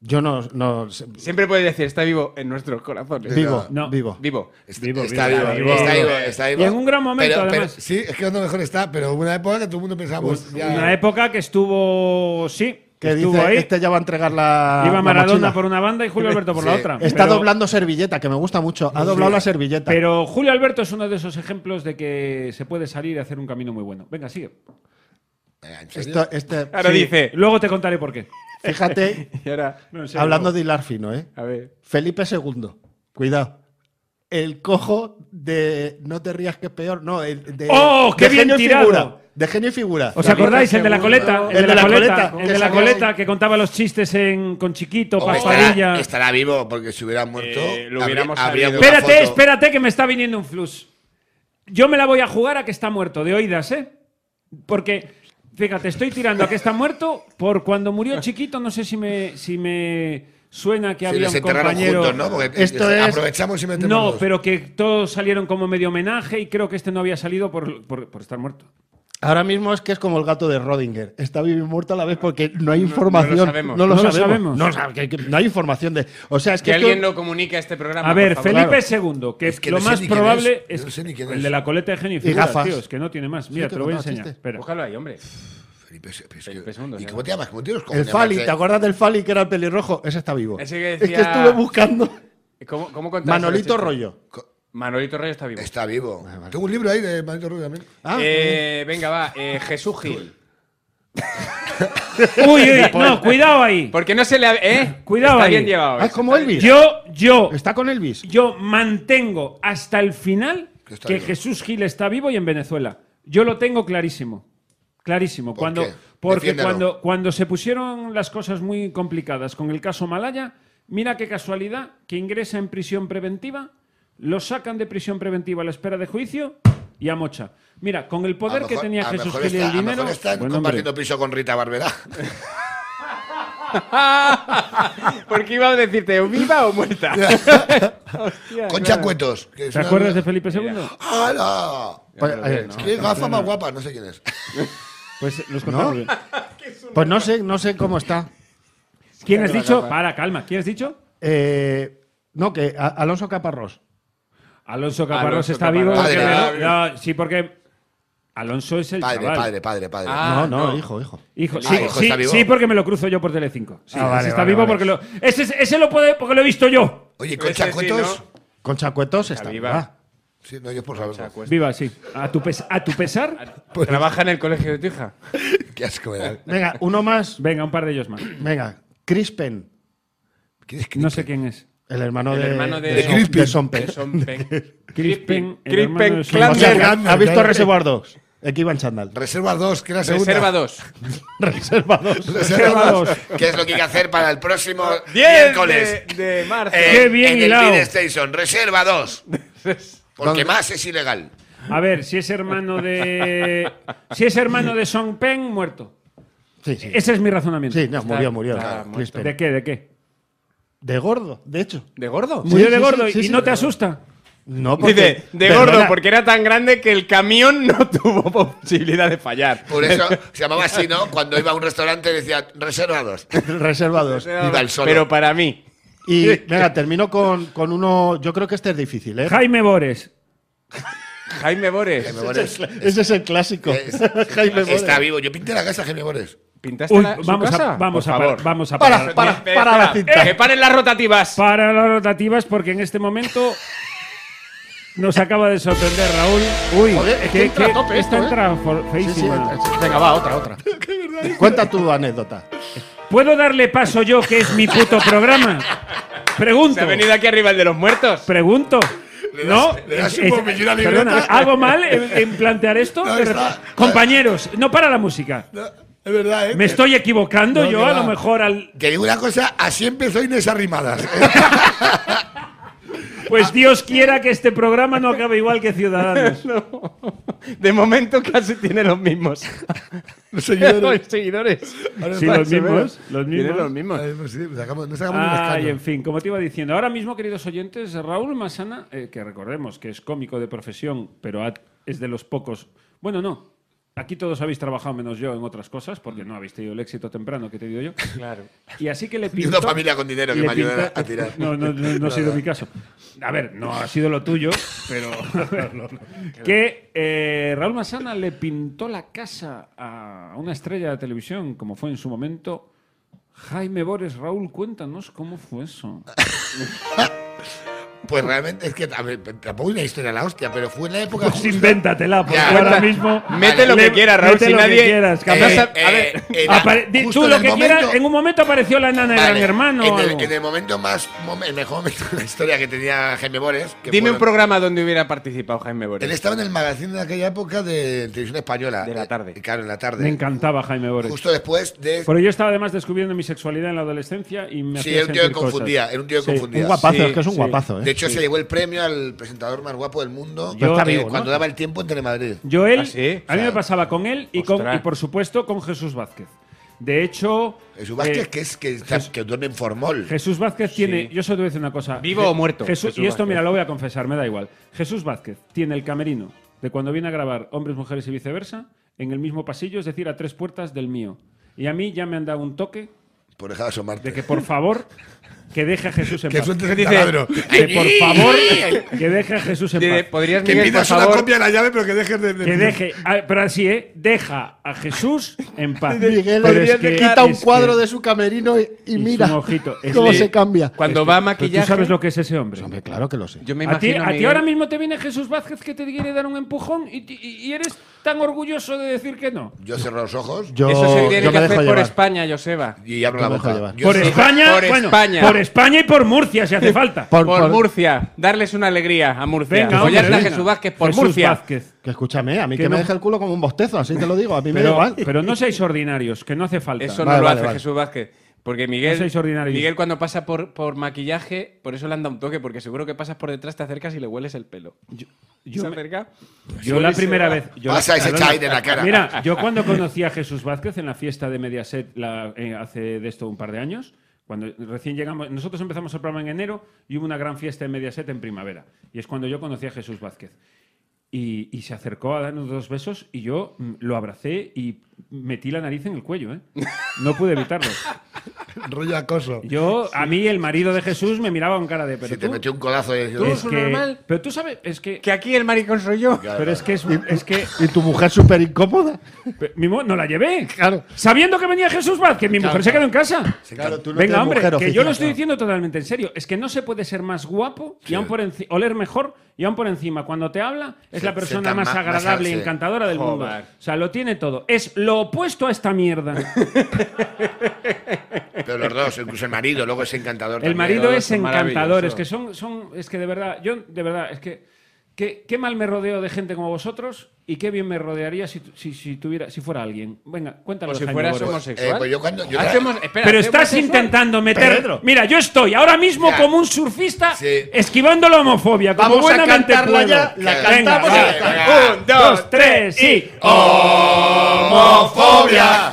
Speaker 4: Yo no, no sé.
Speaker 3: Siempre puedes decir está vivo en nuestros corazones.
Speaker 4: vivo,
Speaker 2: No.
Speaker 4: vivo.
Speaker 3: Vivo.
Speaker 6: Está
Speaker 2: Vivo,
Speaker 6: está
Speaker 2: vivo,
Speaker 6: vivo,
Speaker 2: vivo.
Speaker 6: está vivo, está vivo.
Speaker 2: Y en un gran momento,
Speaker 6: Pero- pero-
Speaker 2: además.
Speaker 6: sí, es que no mejor está, pero hubo una época que todo el mundo pensamos. ya-
Speaker 2: Pues, Una época que estuvo. Sí, que
Speaker 4: Pues Que
Speaker 2: estuvo
Speaker 4: dice,
Speaker 2: ahí.
Speaker 4: este ya va a entregar la.
Speaker 2: Iba
Speaker 4: la
Speaker 2: Maradona
Speaker 4: mochila.
Speaker 2: por una banda y Julio Alberto por la
Speaker 6: Sí.
Speaker 2: otra.
Speaker 4: Está
Speaker 2: Pero-
Speaker 4: doblando servilleta, que me gusta mucho. Ha doblado la servilleta.
Speaker 2: Pero Julio Alberto es uno de esos ejemplos de que se puede salir y hacer un camino muy bueno. Venga, sigue.
Speaker 6: Venga, ¿en serio?
Speaker 4: Esto- este-
Speaker 3: Ahora
Speaker 4: sí,
Speaker 3: dice.
Speaker 2: Luego te contaré por qué.
Speaker 4: Fíjate,
Speaker 3: Y ahora.
Speaker 4: hablando de hilar fino, ¿eh?
Speaker 3: A ver.
Speaker 4: Felipe II. Cuidado. El cojo de No te rías que es peor. No, el de.
Speaker 2: ¡Oh, qué
Speaker 4: de
Speaker 2: bien
Speaker 4: genio y
Speaker 2: tirado!
Speaker 4: figura. De genio y figura.
Speaker 2: ¿Os acordáis? El de la coleta. El de la coleta. El de la
Speaker 4: salió-
Speaker 2: coleta que contaba los chistes en, con Chiquito,
Speaker 6: O
Speaker 2: Paspadilla.
Speaker 6: estará, estará vivo, porque si hubiera muerto,
Speaker 3: Eh, lo
Speaker 6: habría-
Speaker 3: hubiéramos
Speaker 6: habría
Speaker 3: sabido.
Speaker 6: una
Speaker 2: Espérate,
Speaker 6: foto.
Speaker 2: espérate, que me está viniendo un flux. Yo me la voy a jugar a que está muerto, de oídas, ¿eh? Porque, fíjate, estoy tirando a que está muerto por cuando murió chiquito, no sé si me, si me suena que
Speaker 6: Si
Speaker 2: había
Speaker 6: les
Speaker 2: un
Speaker 6: enterraron
Speaker 2: compañero.
Speaker 6: juntos, ¿no? Porque
Speaker 4: Esto es-
Speaker 6: aprovechamos y metemos.
Speaker 2: No,
Speaker 6: dos.
Speaker 2: pero que todos salieron como medio homenaje y creo que este no había salido por, por- por estar muerto.
Speaker 4: Ahora mismo es que es como el gato de Rodinger. Está vivo y muerto a la vez porque no hay información.
Speaker 3: sabemos.
Speaker 4: No lo
Speaker 2: No lo
Speaker 4: sabemos.
Speaker 2: sabemos.
Speaker 4: No sabe- que- que no hay información de. O sea, es que.
Speaker 3: Que
Speaker 4: esto-
Speaker 3: alguien lo comunique a este programa.
Speaker 2: A ver,
Speaker 3: por favor.
Speaker 2: Felipe II, que,
Speaker 6: Es que
Speaker 2: lo
Speaker 6: no sé
Speaker 2: más
Speaker 6: ni quién
Speaker 2: probable
Speaker 6: es,
Speaker 2: es,
Speaker 6: no sé ni quién
Speaker 2: el
Speaker 6: es.
Speaker 2: de la coleta de genio y
Speaker 4: Y
Speaker 2: figuras,
Speaker 4: gafas.
Speaker 2: tío, es que no tiene más. Mira,
Speaker 4: que
Speaker 2: te lo voy a
Speaker 4: contaba
Speaker 2: enseñar.
Speaker 4: chistes.
Speaker 2: Espera.
Speaker 3: Búscalo ahí, hombre.
Speaker 6: Felipe, es que-
Speaker 3: Felipe segundo,
Speaker 6: ¿Y
Speaker 3: ya.
Speaker 6: cómo te llamas? ¿Cómo tienes cojones
Speaker 4: El
Speaker 6: de
Speaker 4: Fali,
Speaker 6: llamarte?
Speaker 4: ¿te acuerdas del Fali que era el pelirrojo? Ese está vivo.
Speaker 3: Ese que
Speaker 4: Es que
Speaker 3: decía-
Speaker 4: estuve buscando.
Speaker 3: ¿Cómo, cómo contabas
Speaker 4: Manolito
Speaker 3: los chistes?
Speaker 4: Rollo.
Speaker 6: Co-
Speaker 3: Manolito Rollo está vivo.
Speaker 6: Ah, Está vivo. Tengo un libro ahí de Manito Rubio también.
Speaker 4: Ah,
Speaker 3: Eh, venga, va. eh, Jesús Gil.
Speaker 2: Uy, uy, no, cuidado ahí.
Speaker 3: Porque no se le ha. ¿Eh?
Speaker 2: Cuidado
Speaker 3: Está
Speaker 2: ahí.
Speaker 3: bien llevado.
Speaker 4: ah, es
Speaker 3: eso,
Speaker 4: como
Speaker 3: está bien.
Speaker 4: Elvis.
Speaker 2: Yo, yo,
Speaker 4: Está con Elvis.
Speaker 2: yo mantengo hasta el final que,
Speaker 6: Que está vivo.
Speaker 2: Jesús Gil está vivo y en Venezuela. Yo lo tengo clarísimo. Clarísimo.
Speaker 6: ¿Por
Speaker 2: cuando,
Speaker 6: qué?
Speaker 2: Porque
Speaker 6: Defiéndelo.
Speaker 2: cuando, cuando se pusieron las cosas muy complicadas con el caso Malaya, mira qué casualidad que ingresa en prisión preventiva, lo sacan de prisión preventiva a la espera de juicio y a mocha. Mira, con el poder
Speaker 6: A lo
Speaker 2: que
Speaker 6: mejor-
Speaker 2: tenía
Speaker 6: a lo
Speaker 2: Jesús
Speaker 6: mejor
Speaker 2: Gil y
Speaker 6: está-
Speaker 2: el
Speaker 6: A lo
Speaker 2: dinero.
Speaker 6: mejor están
Speaker 2: Buen hombre.
Speaker 6: compartiendo piso con Rita Barberá.
Speaker 3: Porque iba a decirte, ¿o ¿viva o muerta?
Speaker 6: Concha Cuetos. que es
Speaker 2: ¿Te
Speaker 6: una-
Speaker 2: acuerdas de Felipe II?
Speaker 6: ¡Hala!
Speaker 4: Pues, eh,
Speaker 6: ¡Qué gafa más guapa! No sé quién es.
Speaker 4: pues, los contamos bien. Pues no sé, no sé cómo está.
Speaker 2: ¿Quién has dicho? Para, calma. ¿Quién has dicho?
Speaker 4: Eh, no, que a- Alonso Caparrós.
Speaker 2: Alonso Caparrós
Speaker 3: Alonso
Speaker 2: está
Speaker 3: Caparrós.
Speaker 2: vivo.
Speaker 6: Padre,
Speaker 2: porque-
Speaker 6: ¿no?
Speaker 2: no, sí, porque Alonso es el
Speaker 6: Padre,
Speaker 2: chaval.
Speaker 6: padre, padre, padre.
Speaker 3: Ah,
Speaker 4: no, no,
Speaker 3: no.
Speaker 4: hijo, hijo.
Speaker 2: Hijo, sí,
Speaker 6: Ah, hijo,
Speaker 2: sí,
Speaker 6: está vivo.
Speaker 2: sí, porque me lo cruzo yo por Telecinco. Sí,
Speaker 4: Ah, vale,
Speaker 2: ese está
Speaker 4: vale,
Speaker 2: vivo
Speaker 4: vale.
Speaker 2: porque lo ese, ese lo puede porque lo he visto yo.
Speaker 6: Oye, Concha
Speaker 3: Ese sí,
Speaker 6: Cuetos.
Speaker 3: ¿no?
Speaker 4: Con Chacuetos está.
Speaker 3: viva.
Speaker 4: viva.
Speaker 6: Sí, no, yo por saberlo.
Speaker 2: Viva, sí. A tu pes- a tu pesar.
Speaker 3: Trabaja en el colegio de tu hija.
Speaker 6: Qué asco me da.
Speaker 4: Venga, uno más.
Speaker 2: Venga, un par de ellos más.
Speaker 4: Venga, Crispen,
Speaker 6: ¿Quién es
Speaker 2: No sé quién es.
Speaker 4: el hermano
Speaker 3: El
Speaker 4: de.
Speaker 3: hermano de-
Speaker 4: Som-
Speaker 6: Crispin.
Speaker 4: Sompe.
Speaker 3: Que son pen-
Speaker 2: Crispin, el hermano
Speaker 3: Crispin
Speaker 2: de su-
Speaker 4: O sea,
Speaker 3: Clander.
Speaker 4: que ha, ha visto
Speaker 6: Claro.
Speaker 4: Reservoir 2. Aquí va en chandal.
Speaker 6: Reserva 2, que es la segunda.
Speaker 3: Reserva 2.
Speaker 4: Reserva 2.
Speaker 6: Reserva
Speaker 2: Reserva
Speaker 6: 2. ¿Qué es lo que hay que hacer para el próximo
Speaker 3: 10
Speaker 6: miércoles?
Speaker 3: de, de marzo.
Speaker 6: Eh,
Speaker 2: Qué bien
Speaker 6: en el
Speaker 2: hilado.
Speaker 6: Beer Station, reserva 2. Porque más es ilegal.
Speaker 2: A ver, si es hermano de si es hermano de Song Pen muerto.
Speaker 4: Sí, sí.
Speaker 2: Ese es mi razonamiento.
Speaker 4: Sí, no, murió, murió.
Speaker 3: está muerto.
Speaker 4: Crispen.
Speaker 2: ¿De qué? ¿De qué?
Speaker 4: De gordo, de hecho.
Speaker 3: ¿De gordo?
Speaker 4: Sí,
Speaker 2: Murió de
Speaker 4: sí,
Speaker 2: gordo
Speaker 4: sí, sí,
Speaker 2: y
Speaker 4: sí.
Speaker 2: no te asusta.
Speaker 4: No,
Speaker 3: Dice, de
Speaker 4: Perdona,
Speaker 3: gordo, porque era tan grande que el camión no tuvo posibilidad de fallar.
Speaker 6: Por eso se llamaba así, ¿no? Cuando iba a un restaurante decía reserva 2.
Speaker 4: Reserva 2.
Speaker 6: Iba el solo.
Speaker 3: Pero para mí.
Speaker 4: Y venga, termino con, con uno. Yo creo que este es difícil, ¿eh?
Speaker 2: Jaime Bores.
Speaker 3: Jaime Bores,
Speaker 6: Jaime Bores.
Speaker 4: Ese es el clásico.
Speaker 6: Es-
Speaker 4: Jaime Bores.
Speaker 6: Está vivo. Yo pinté la casa, Jaime Bores.
Speaker 3: ¿pintaste
Speaker 2: Uy,
Speaker 3: la, su
Speaker 2: vamos
Speaker 3: casa?
Speaker 2: a vamos
Speaker 3: Por
Speaker 2: a
Speaker 3: favor.
Speaker 2: par- vamos a
Speaker 4: Para,
Speaker 2: parar.
Speaker 4: para.
Speaker 3: Espera,
Speaker 4: para la
Speaker 3: espera.
Speaker 4: cinta.
Speaker 3: Que paren las rotativas.
Speaker 2: para las rotativas porque en este momento nos acaba de sorprender Raúl. Uy,
Speaker 4: Joder, es que entra a tope
Speaker 2: está
Speaker 4: esto, ¿eh?
Speaker 2: entrando for-
Speaker 4: Sí, sí,
Speaker 2: feísima.
Speaker 4: venga, va, otra, otra. Cuenta tu anécdota.
Speaker 2: ¿Puedo darle paso yo que es mi puto programa? Pregunto.
Speaker 3: Se ha venido aquí arriba el de los muertos.
Speaker 2: Pregunto. No,
Speaker 6: le das
Speaker 2: es-
Speaker 6: un
Speaker 2: es-
Speaker 6: bombillín a la
Speaker 2: perdona,
Speaker 6: libreta?
Speaker 2: ¿hago mal en, en plantear esto?
Speaker 6: No, está-
Speaker 2: Compañeros, no para la música.
Speaker 6: Es verdad, ¿eh?
Speaker 2: Me estoy equivocando
Speaker 6: No,
Speaker 2: yo,
Speaker 6: que
Speaker 2: a
Speaker 6: va.
Speaker 2: lo mejor al.
Speaker 6: Te digo una cosa, así empezó Inés Arrimadas.
Speaker 2: Pues Dios quiera que este programa no acabe igual que Ciudadanos.
Speaker 3: De momento casi tiene los mismos.
Speaker 6: Los seguidores.
Speaker 2: Los seguidores. Sí,
Speaker 6: Vale,
Speaker 2: los
Speaker 6: se ve.
Speaker 2: mismos. Los
Speaker 3: Tienen
Speaker 2: mismos.
Speaker 3: los mismos.
Speaker 6: Ay, pues sí, nos sacamos- nos sacamos un
Speaker 2: Ay,
Speaker 6: escándalo.
Speaker 2: en fin, como te iba diciendo, ahora mismo, queridos oyentes, Raúl Masana, eh, que recordemos que es cómico de profesión, pero ha- es de los pocos. Bueno, no. Aquí todos habéis trabajado menos yo en otras cosas, porque no habéis tenido el éxito temprano que te digo yo. Claro. Y así que le
Speaker 6: Ni
Speaker 2: pintó...
Speaker 6: una familia con dinero que
Speaker 2: le
Speaker 6: me ayudara
Speaker 2: pintó-
Speaker 6: a tirar.
Speaker 2: No, no, no, no ha sido mi caso. A ver, no ha sido lo tuyo, pero... que eh, Raúl Masana le pintó la casa a una estrella de televisión, como fue en su momento... Jaime Bores, Raúl, cuéntanos cómo fue eso.
Speaker 6: Pues realmente es que a ver, tampoco es una historia la hostia, pero fue en la época.
Speaker 2: Pues
Speaker 6: justa-
Speaker 2: invéntatela, porque
Speaker 6: Ya.
Speaker 2: ahora mismo.
Speaker 3: Mete lo
Speaker 2: Le-
Speaker 3: que quieras, Raúl.
Speaker 2: mete
Speaker 3: Si
Speaker 2: lo que
Speaker 3: nadie.
Speaker 2: quieras,
Speaker 6: Eh,
Speaker 2: cabrón.
Speaker 3: Además, a- a
Speaker 6: eh,
Speaker 3: ver,
Speaker 6: era
Speaker 2: Apare- di-
Speaker 6: justo
Speaker 2: tú
Speaker 6: en
Speaker 2: lo
Speaker 6: el
Speaker 2: que quieras.
Speaker 6: momento-
Speaker 2: En un momento apareció la nana de
Speaker 6: Vale,
Speaker 2: Gran Hermano. o
Speaker 6: En el,
Speaker 2: algo.
Speaker 6: en el momento más. momen- el mejor momento de la historia que tenía Jaime Bores. que
Speaker 3: Dime un
Speaker 6: fueron-
Speaker 3: programa donde hubiera participado Jaime Borges.
Speaker 6: Él estaba en el magazine de aquella época de televisión española.
Speaker 3: De la
Speaker 6: Eh,
Speaker 3: tarde.
Speaker 6: claro, en la tarde.
Speaker 2: Me encantaba Jaime Bores.
Speaker 6: Justo después de.
Speaker 2: Pero yo estaba además descubriendo mi sexualidad en la adolescencia y me
Speaker 6: Sí,
Speaker 2: hacía
Speaker 6: era un tío que
Speaker 2: sentir cosas.
Speaker 6: confundía. Era un tío que
Speaker 2: Sí,
Speaker 6: confundía.
Speaker 4: Un guapazo,
Speaker 3: Sí,
Speaker 4: es que es un
Speaker 2: sí.
Speaker 4: guapazo, ¿eh?
Speaker 6: De hecho, se llevó el premio al presentador más guapo del mundo
Speaker 2: Yo-
Speaker 6: eh,
Speaker 4: Está vivo, ¿no?
Speaker 6: cuando daba el tiempo en Telemadrid.
Speaker 2: Yo él,
Speaker 3: ¿Ah, sí?
Speaker 2: a mí me
Speaker 6: Claro.
Speaker 2: pasaba con él y, con,
Speaker 3: Ostras.
Speaker 2: y, por supuesto con Jesús Vázquez. De hecho,
Speaker 6: Jesús Vázquez,
Speaker 2: eh,
Speaker 6: que es que, está- que duerme en formol.
Speaker 2: Jesús Vázquez tiene. Yo solo te voy a decir una cosa.
Speaker 3: ¿Vivo
Speaker 2: Je-
Speaker 3: o muerto,
Speaker 2: Jesús-
Speaker 3: Jesús
Speaker 2: y esto,
Speaker 3: Vázquez?
Speaker 2: mira, lo voy a confesar, me da igual. Jesús Vázquez tiene el camerino de cuando viene a grabar Hombres, Mujeres y Viceversa en el mismo pasillo, es decir, a tres puertas del mío. Y a mí ya me han dado un toque
Speaker 6: Por dejar de asomarte.
Speaker 2: de que, por favor, que deje a Jesús en
Speaker 6: Que
Speaker 2: paz.
Speaker 6: sueltes el taladro.
Speaker 2: Que, por favor, que deje a Jesús en
Speaker 3: Dile,
Speaker 2: paz.
Speaker 3: ¿Podrías,
Speaker 6: Que
Speaker 3: Miguel, por
Speaker 6: pidas una
Speaker 3: favor?
Speaker 6: copia de la llave, pero que dejes de. de-
Speaker 2: Que deje, ah, pero así, ¿eh? Deja a Jesús en paz.
Speaker 4: Miguel
Speaker 2: Pero es que-
Speaker 4: le quita un
Speaker 2: es que-
Speaker 4: cuadro de su camerino y,
Speaker 2: y
Speaker 4: y
Speaker 2: su
Speaker 4: mira
Speaker 2: ojito. Es
Speaker 4: cómo
Speaker 2: que-
Speaker 4: se cambia.
Speaker 3: Cuando
Speaker 2: Pero
Speaker 3: va a
Speaker 2: ¿Tú
Speaker 3: maquillaje.
Speaker 2: sabes lo que es ese hombre?
Speaker 4: Hombre, claro que lo sé.
Speaker 3: Yo me
Speaker 2: a ti,
Speaker 3: imagino.
Speaker 2: a ti
Speaker 3: Miguel-
Speaker 2: ahora mismo te viene Jesús Vázquez que te quiere dar un empujón y, ti- y- y eres tan orgulloso de decir que no.
Speaker 6: Yo cierro los ojos
Speaker 4: Yo,
Speaker 3: Eso se tiene
Speaker 4: yo
Speaker 3: que
Speaker 4: me
Speaker 3: hacer
Speaker 4: dejo
Speaker 3: por
Speaker 4: llevar.
Speaker 3: España, Joseba.
Speaker 6: y abro
Speaker 4: Yo
Speaker 6: la
Speaker 4: me dejo
Speaker 6: boca.
Speaker 4: llevar.
Speaker 6: Yo
Speaker 2: Por
Speaker 6: cierro-
Speaker 2: España,
Speaker 3: por
Speaker 2: bueno,
Speaker 3: España.
Speaker 2: por España y por Murcia si hace falta.
Speaker 4: Por-
Speaker 3: Por,
Speaker 4: por-
Speaker 3: Murcia. Darles una alegría a Murcia.
Speaker 2: Venga,
Speaker 3: Apoyar
Speaker 2: hombre,
Speaker 3: a
Speaker 2: venga.
Speaker 3: Jesús Vázquez por
Speaker 2: Jesús
Speaker 3: Murcia.
Speaker 2: Vázquez.
Speaker 4: Que escúchame, a mí
Speaker 2: Que
Speaker 4: que,
Speaker 2: no.
Speaker 4: me deja el culo como un bostezo, así te lo digo. A mí me
Speaker 2: Pero,
Speaker 4: da igual.
Speaker 2: pero no seáis ordinarios, que no hace falta.
Speaker 3: Eso
Speaker 4: Vale,
Speaker 3: no lo
Speaker 4: vale,
Speaker 3: hace
Speaker 4: vale.
Speaker 3: Jesús Vázquez. Porque
Speaker 2: No
Speaker 3: Miguel,
Speaker 2: sois ordinarios.
Speaker 3: Miguel cuando pasa por, por maquillaje, por eso le anda un toque, porque seguro que pasas por detrás, te acercas y le hueles el pelo. ¿Se acerca?
Speaker 2: Yo la
Speaker 3: Huele y se
Speaker 2: primera
Speaker 3: va.
Speaker 2: vez. Yo
Speaker 6: Pasa
Speaker 2: la-
Speaker 6: ese
Speaker 2: perdona.
Speaker 6: chai de la cara.
Speaker 2: Mira, yo cuando conocí a Jesús Vázquez en la fiesta de Mediaset la- eh, hace de esto un par de años, cuando recién llegamos, nosotros empezamos el programa en enero y hubo una gran fiesta de Mediaset en primavera. Y es cuando yo conocí a Jesús Vázquez. Y, y se acercó a darnos dos besos y yo mm, lo abracé y metí la nariz en el cuello, ¿eh? No pude evitarlo.
Speaker 6: Rollo acoso.
Speaker 2: Yo, a mí, el marido de Jesús me miraba con cara de... Pero
Speaker 6: Si te
Speaker 2: tú,
Speaker 6: metió un codazo de
Speaker 2: tú
Speaker 3: ¿Tú?
Speaker 2: es
Speaker 3: eso
Speaker 2: que-
Speaker 3: normal?
Speaker 2: Pero tú sabes, es que...
Speaker 3: Que aquí el maricón soy yo.
Speaker 2: Pero es que es, es que
Speaker 4: Y tu mujer súper incómoda.
Speaker 2: Pe- Mi mu- no la llevé.
Speaker 4: Claro.
Speaker 2: Sabiendo que venía Jesús Vázquez, mi mujer se quedó en casa.
Speaker 4: Claro, tú no
Speaker 2: Venga,
Speaker 4: tienes
Speaker 2: hombre, que
Speaker 4: mujer
Speaker 2: yo
Speaker 4: oficial,
Speaker 2: lo estoy
Speaker 4: claro.
Speaker 2: diciendo totalmente en serio. Es que no se puede ser más guapo y aún por enci- oler mejor y aún por encima. Cuando te habla, es
Speaker 6: Se-
Speaker 2: la persona
Speaker 6: se tan
Speaker 2: más
Speaker 6: ma- más
Speaker 2: agradable y
Speaker 6: sí.
Speaker 2: encantadora del mundo.
Speaker 3: Joder.
Speaker 2: O sea, lo tiene todo. Es lo opuesto a esta mierda.
Speaker 6: Pero los dos, incluso el marido, luego es encantador.
Speaker 2: El
Speaker 6: también.
Speaker 2: marido es
Speaker 3: son
Speaker 2: encantador.
Speaker 3: maravillosos.
Speaker 2: Es que son, son. Es que de verdad, yo de verdad, es que. Qué, qué mal me rodeo de gente como vosotros y qué bien me rodearía si, tu- si, si tuviera, si fuera alguien. Venga, cuéntalo.
Speaker 3: O si
Speaker 2: Jaime
Speaker 3: fueras
Speaker 2: Borges.
Speaker 3: homosexual.
Speaker 6: Eh, pues yo cuando- yo-
Speaker 3: Hacemos- espera,
Speaker 2: Pero
Speaker 3: ¿hacemos
Speaker 2: estás
Speaker 3: sexual?
Speaker 2: intentando meter. Mira, yo estoy ahora mismo
Speaker 6: Ya.
Speaker 2: como un surfista
Speaker 6: Sí.
Speaker 2: esquivando la homofobia. Como
Speaker 4: Vamos a
Speaker 2: buenamente
Speaker 4: cantarla
Speaker 2: puedo.
Speaker 4: ya, la
Speaker 2: Venga,
Speaker 4: cantamos
Speaker 2: va.
Speaker 4: y
Speaker 6: ya está.
Speaker 2: Un, dos, tres, Oh, y.
Speaker 6: ¡Homofobia!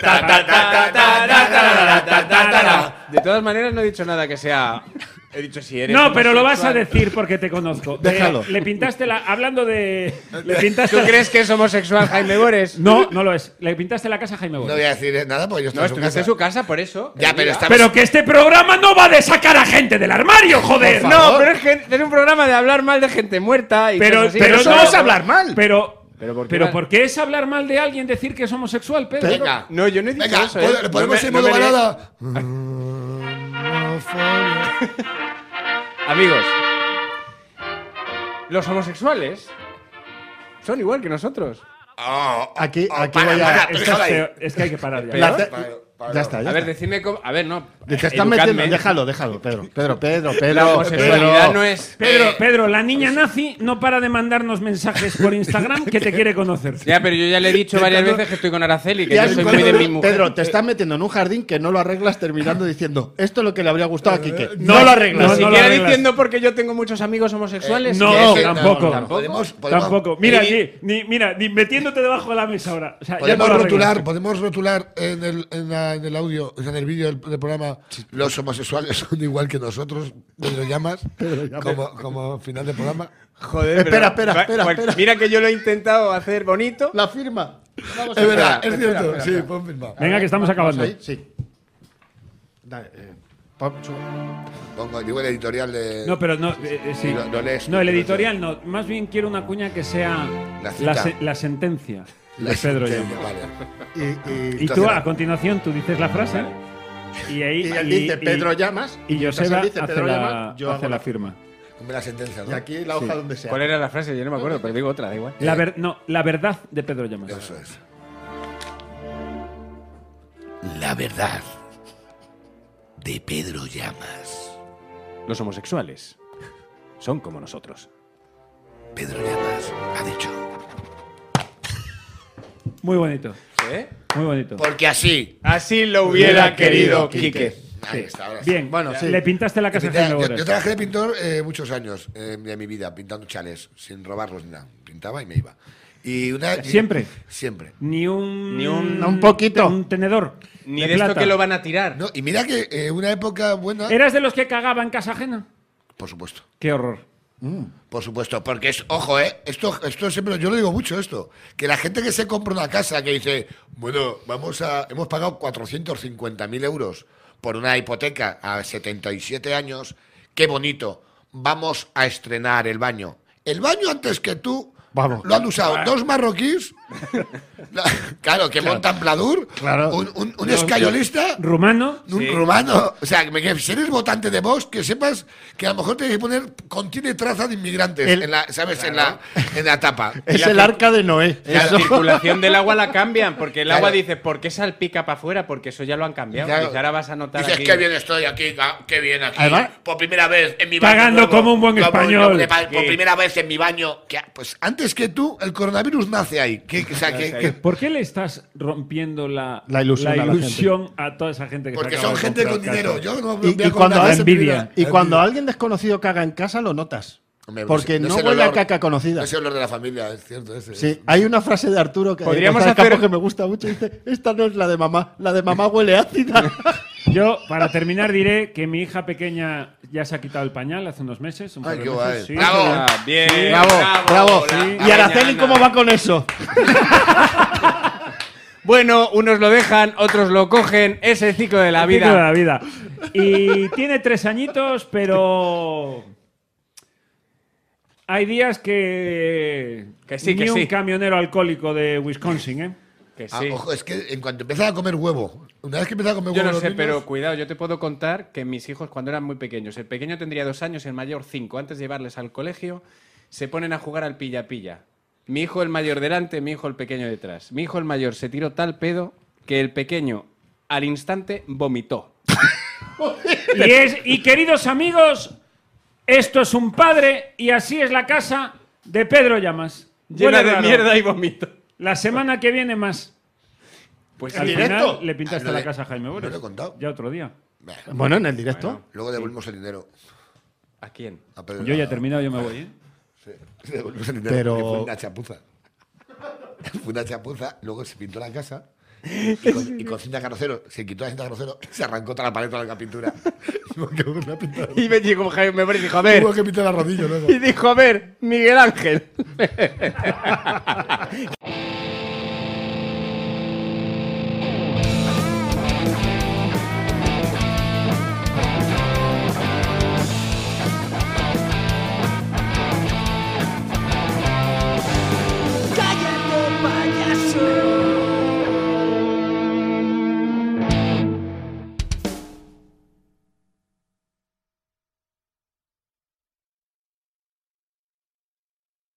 Speaker 6: Ta, ta, ta, ta, ta, ta, ta, ta, ta, ta, ta, ta.
Speaker 3: De todas maneras, no he dicho nada que sea. He dicho si eres.
Speaker 2: No, pero lo vas a
Speaker 3: homosexual.
Speaker 2: decir porque te conozco. Eh,
Speaker 4: Déjalo.
Speaker 2: le pintaste la. Hablando de. Le pintaste.
Speaker 3: ¿Tú
Speaker 2: la-
Speaker 3: crees que es homosexual Jaime Bores?
Speaker 2: No, no lo es. Le pintaste la casa a Jaime
Speaker 6: No
Speaker 2: Bono.
Speaker 6: voy a decir nada porque yo estoy
Speaker 3: No,
Speaker 6: en su
Speaker 3: estuviste
Speaker 6: casa.
Speaker 3: en su casa por eso.
Speaker 6: Ya,
Speaker 3: Que
Speaker 6: pero
Speaker 3: diga.
Speaker 6: estamos.
Speaker 2: Pero que este programa no va de sacar a gente del armario, joder.
Speaker 6: Por
Speaker 3: No,
Speaker 6: favor.
Speaker 3: pero es que es un programa de hablar mal de gente muerta y
Speaker 2: pero,
Speaker 3: cosas así.
Speaker 2: pero
Speaker 4: eso
Speaker 2: no,
Speaker 4: no es hablar mal.
Speaker 2: Pero,
Speaker 3: Pero ¿por qué
Speaker 2: pero
Speaker 3: mal?
Speaker 2: ¿por qué es hablar mal de alguien decir que es homosexual, Pedro?
Speaker 6: Venga.
Speaker 3: No, yo no he dicho
Speaker 6: Venga,
Speaker 3: eso. ¿eh?
Speaker 6: ¿pod-
Speaker 3: No
Speaker 6: podemos
Speaker 3: me-
Speaker 6: ir
Speaker 3: no
Speaker 6: modo
Speaker 3: me-
Speaker 6: balada.
Speaker 3: Amigos, los homosexuales son igual que nosotros.
Speaker 6: Oh,
Speaker 4: Aquí-
Speaker 6: oh,
Speaker 4: aquí
Speaker 6: para,
Speaker 4: voy a-
Speaker 6: para,
Speaker 2: Esto
Speaker 6: déjalo
Speaker 2: es,
Speaker 6: ahí.
Speaker 2: peor. es que hay que parar ya.
Speaker 4: La, te-
Speaker 6: Pero-
Speaker 4: Ya está, ya
Speaker 3: A ver,
Speaker 4: está.
Speaker 3: decidme cómo. A ver, no.
Speaker 4: Te estás
Speaker 3: educadme.
Speaker 4: metiendo. Déjalo, déjalo, Pedro. Pedro, Pedro, Pedro.
Speaker 3: La homosexualidad
Speaker 4: Pedro.
Speaker 3: no es.
Speaker 2: Pedro, Pedro, la niña nazi no para de mandarnos mensajes por Instagram que te quiere conocer.
Speaker 3: Ya, pero yo ya le he dicho varias veces que estoy con Araceli, que
Speaker 4: Ya
Speaker 3: yo soy
Speaker 4: cuando-
Speaker 3: muy de mi mujer.
Speaker 4: Pedro, te estás metiendo en un jardín que no lo arreglas terminando diciendo esto es lo que le habría gustado a Quique. No, lo
Speaker 3: Ni
Speaker 4: arreglas.
Speaker 2: no, no lo
Speaker 3: siquiera
Speaker 2: arreglas.
Speaker 3: diciendo porque yo tengo muchos amigos homosexuales.
Speaker 2: No,
Speaker 6: Que ese-
Speaker 2: tampoco.
Speaker 6: no, Podemos, podemos-
Speaker 2: Tampoco. Mira,
Speaker 6: Miri,
Speaker 2: ni, ni- mira, ni metiéndote debajo de la mesa ahora. O sea, ya
Speaker 6: Podemos
Speaker 2: no lo
Speaker 6: rotular,
Speaker 2: arreglas.
Speaker 6: podemos rotular en el, en la- en el audio, en el vídeo del, del programa, los homosexuales son igual que nosotros, Pedro Llamas, Como, como final del programa.
Speaker 3: Joder,
Speaker 4: Espera, espera, espera,
Speaker 3: cual-
Speaker 4: espera.
Speaker 3: Mira que yo lo he intentado hacer bonito.
Speaker 4: La firma. Vamos a
Speaker 6: Es verdad,
Speaker 4: ver.
Speaker 6: es
Speaker 4: Espera,
Speaker 6: cierto.
Speaker 4: espera,
Speaker 6: Sí,
Speaker 4: espera.
Speaker 6: pon firma.
Speaker 2: Venga, que estamos acabando.
Speaker 4: Ahí, Sí. Dale, eh, pon- sube.
Speaker 6: Pongo, digo el editorial de.
Speaker 2: No, pero no, eh, eh, sí.
Speaker 6: Lo- lo lees.
Speaker 2: no, el editorial no. Más bien quiero una cuña que sea
Speaker 6: La
Speaker 2: la,
Speaker 6: cita.
Speaker 2: se- la sentencia
Speaker 6: La
Speaker 2: de Pedro
Speaker 6: gente,
Speaker 2: Llamas.
Speaker 6: vale.
Speaker 4: Y- y-
Speaker 2: Y tú, a continuación, tú dices la frase. Y ahí.
Speaker 4: Y él
Speaker 2: y-
Speaker 4: dice
Speaker 2: y-
Speaker 4: Pedro Llamas.
Speaker 2: Y
Speaker 4: mientras
Speaker 2: Joseba
Speaker 4: él dice
Speaker 2: hace,
Speaker 4: Pedro
Speaker 2: la,
Speaker 4: Llamas, yo
Speaker 2: hace
Speaker 4: hago
Speaker 2: la firma.
Speaker 6: Ponme la sentencia, ¿no?
Speaker 4: Y aquí la hoja donde sea.
Speaker 3: ¿Cuál era la frase? Yo no me acuerdo, pero digo otra, da igual.
Speaker 2: La ver- no, la verdad de Pedro Llamas.
Speaker 6: Eso es. La verdad de Pedro Llamas.
Speaker 3: Los homosexuales son como nosotros.
Speaker 6: Pedro Llamas ha dicho.
Speaker 2: Muy bonito,
Speaker 3: ¿Eh?
Speaker 2: muy bonito.
Speaker 6: Porque así.
Speaker 3: Así lo hubiera querido Quique.
Speaker 6: Ahí está, ahora sí.
Speaker 2: Bien,
Speaker 4: Bueno, sí.
Speaker 2: le pintaste la casa
Speaker 6: Pinté-
Speaker 2: de
Speaker 6: yo, yo trabajé de pintor eh, muchos años eh, de mi vida, pintando chales, sin robarlos ni nada. Pintaba y me iba. Y una,
Speaker 2: ¿Siempre?
Speaker 6: Siempre.
Speaker 2: Ni un.
Speaker 3: Ni un-
Speaker 4: un poquito.
Speaker 2: Un tenedor.
Speaker 3: Ni
Speaker 2: de
Speaker 3: de, esto
Speaker 2: plata.
Speaker 3: que lo van a tirar.
Speaker 6: No, y mira que eh, una época buena.
Speaker 2: ¿Eras de los que cagaba en casa ajena?
Speaker 6: Por supuesto.
Speaker 2: Qué horror.
Speaker 6: Por supuesto, porque es, ojo, ¿eh? esto, esto siempre, yo lo digo mucho esto, que la gente que se compra una casa que dice, bueno, vamos a, hemos pagado 450.000 euros por una hipoteca a 77 años, qué bonito, vamos a estrenar el baño. El baño antes que tú,
Speaker 4: Vamos.
Speaker 6: lo han usado dos marroquíes, la- claro, que montan Pladur,
Speaker 4: Claro.
Speaker 6: un, un- un escayolista,
Speaker 2: Rumano.
Speaker 6: un rumano. Ah, O sea, que me- que si eres votante de Vox, que sepas que a lo mejor tienes que poner contiene traza de inmigrantes
Speaker 4: El-
Speaker 6: en la, ¿sabes? En la en la tapa.
Speaker 4: Es el arca de Noé.
Speaker 3: La
Speaker 4: Eso.
Speaker 3: circulación del agua la cambian, porque el
Speaker 6: Claro.
Speaker 3: agua dice, ¿por qué salpica para afuera? Porque eso ya lo han cambiado.
Speaker 6: Claro.
Speaker 3: Dice, ahora vas a notar
Speaker 6: Dices
Speaker 3: aquí.
Speaker 6: que bien estoy aquí, ca- qué bien aquí.
Speaker 4: Además-
Speaker 6: por primera vez en mi baño.
Speaker 2: Cagando
Speaker 6: nuevo,
Speaker 2: como un buen español.
Speaker 6: hombre, pa- Por
Speaker 3: Sí.
Speaker 6: primera vez en mi baño. que- pues antes que tú, el coronavirus nace ahí. Que, que- o sea, que- que-
Speaker 2: ¿Por qué le estás rompiendo la,
Speaker 4: La ilusión a la
Speaker 2: ilusión a, toda esa gente que se
Speaker 6: porque
Speaker 2: acaba
Speaker 6: son
Speaker 2: de
Speaker 6: gente
Speaker 2: comprar
Speaker 6: con
Speaker 2: casa?
Speaker 6: dinero. Yo no
Speaker 4: Y,
Speaker 6: voy a
Speaker 4: y cuando,
Speaker 6: contar
Speaker 2: la
Speaker 6: ese
Speaker 2: envidia.
Speaker 6: privilegio.
Speaker 4: y cuando alguien desconocido caga en casa, lo notas.
Speaker 6: Hombre, pues,
Speaker 4: Porque no
Speaker 6: es el
Speaker 4: huele a
Speaker 6: olor-
Speaker 4: caca conocida.
Speaker 6: no es el olor de la familia, es cierto. Ese, ¿eh?
Speaker 4: Sí, hay una frase de Arturo que, de
Speaker 3: Podríamos
Speaker 4: González
Speaker 3: hacer-
Speaker 4: Campos que me gusta mucho. Dice, esta no es la de mamá, la de mamá huele ácida.
Speaker 2: Yo, para terminar, diré que mi hija pequeña ya se ha quitado el pañal hace unos meses. un par
Speaker 6: Ay,
Speaker 2: de
Speaker 6: qué
Speaker 2: meses,
Speaker 6: guay.
Speaker 2: sí.
Speaker 6: Bravo.
Speaker 3: Ah, bien,
Speaker 2: Sí.
Speaker 3: bravo,
Speaker 4: Bravo.
Speaker 3: la-
Speaker 4: ¿Y Araceli
Speaker 3: mañana.
Speaker 4: cómo va con eso?
Speaker 3: Bueno, unos lo dejan, otros lo cogen. Es el ciclo de la
Speaker 2: El ciclo de la
Speaker 3: vida.
Speaker 2: vida. Y tiene tres añitos, pero. Hay días que.
Speaker 3: Que sí, que
Speaker 2: ni un
Speaker 3: sí.
Speaker 2: camionero alcohólico de Wisconsin, ¿eh?
Speaker 3: Que
Speaker 6: Ah,
Speaker 3: sí.
Speaker 6: ojo, es que en cuanto empiezas a comer huevo, una vez que empiezas a comer
Speaker 3: Yo
Speaker 6: huevo,
Speaker 3: no
Speaker 6: los
Speaker 3: sé,
Speaker 6: niños-
Speaker 3: pero cuidado, yo te puedo contar que mis hijos cuando eran muy pequeños, el pequeño tendría dos años, el mayor cinco, antes de llevarles al colegio, se ponen a jugar al pilla-pilla. Mi hijo el mayor delante, mi hijo el pequeño detrás. Mi hijo el mayor se tiró tal pedo que el pequeño al instante vomitó.
Speaker 2: Y, es, y queridos amigos, esto es un padre y así es la casa de Pedro Llamas.
Speaker 3: Llena
Speaker 2: Huele
Speaker 3: de
Speaker 2: raro.
Speaker 3: mierda y vomito.
Speaker 2: La semana que viene más.
Speaker 3: Pues
Speaker 2: Al
Speaker 3: sí.
Speaker 2: final
Speaker 4: directo?
Speaker 2: le pintaste
Speaker 6: Ah, no
Speaker 2: la
Speaker 6: le-
Speaker 2: casa a Jaime
Speaker 6: no
Speaker 2: Boris.
Speaker 6: lo he contado.
Speaker 2: Ya otro día.
Speaker 6: Bah,
Speaker 4: Bueno, en el directo.
Speaker 6: Luego devolvemos el dinero.
Speaker 3: ¿A quién?
Speaker 6: a Pedro-
Speaker 2: Yo ya he terminado, yo me voy. ¿eh?
Speaker 6: Sí, devolvemos el dinero,
Speaker 4: Pero-
Speaker 6: que Fue una chapuza. fue una chapuza, luego se pintó la casa. Y con, y con cinta carrocero, se quitó la cinta carrocero y se arrancó toda la paleta de la pintura. Tuvo que volver a pintar.
Speaker 3: Y me llegó Jaime Boris y dijo, a ver,
Speaker 6: Tuvo que pintar la rodilla luego.
Speaker 3: y dijo, a ver, Miguel Ángel.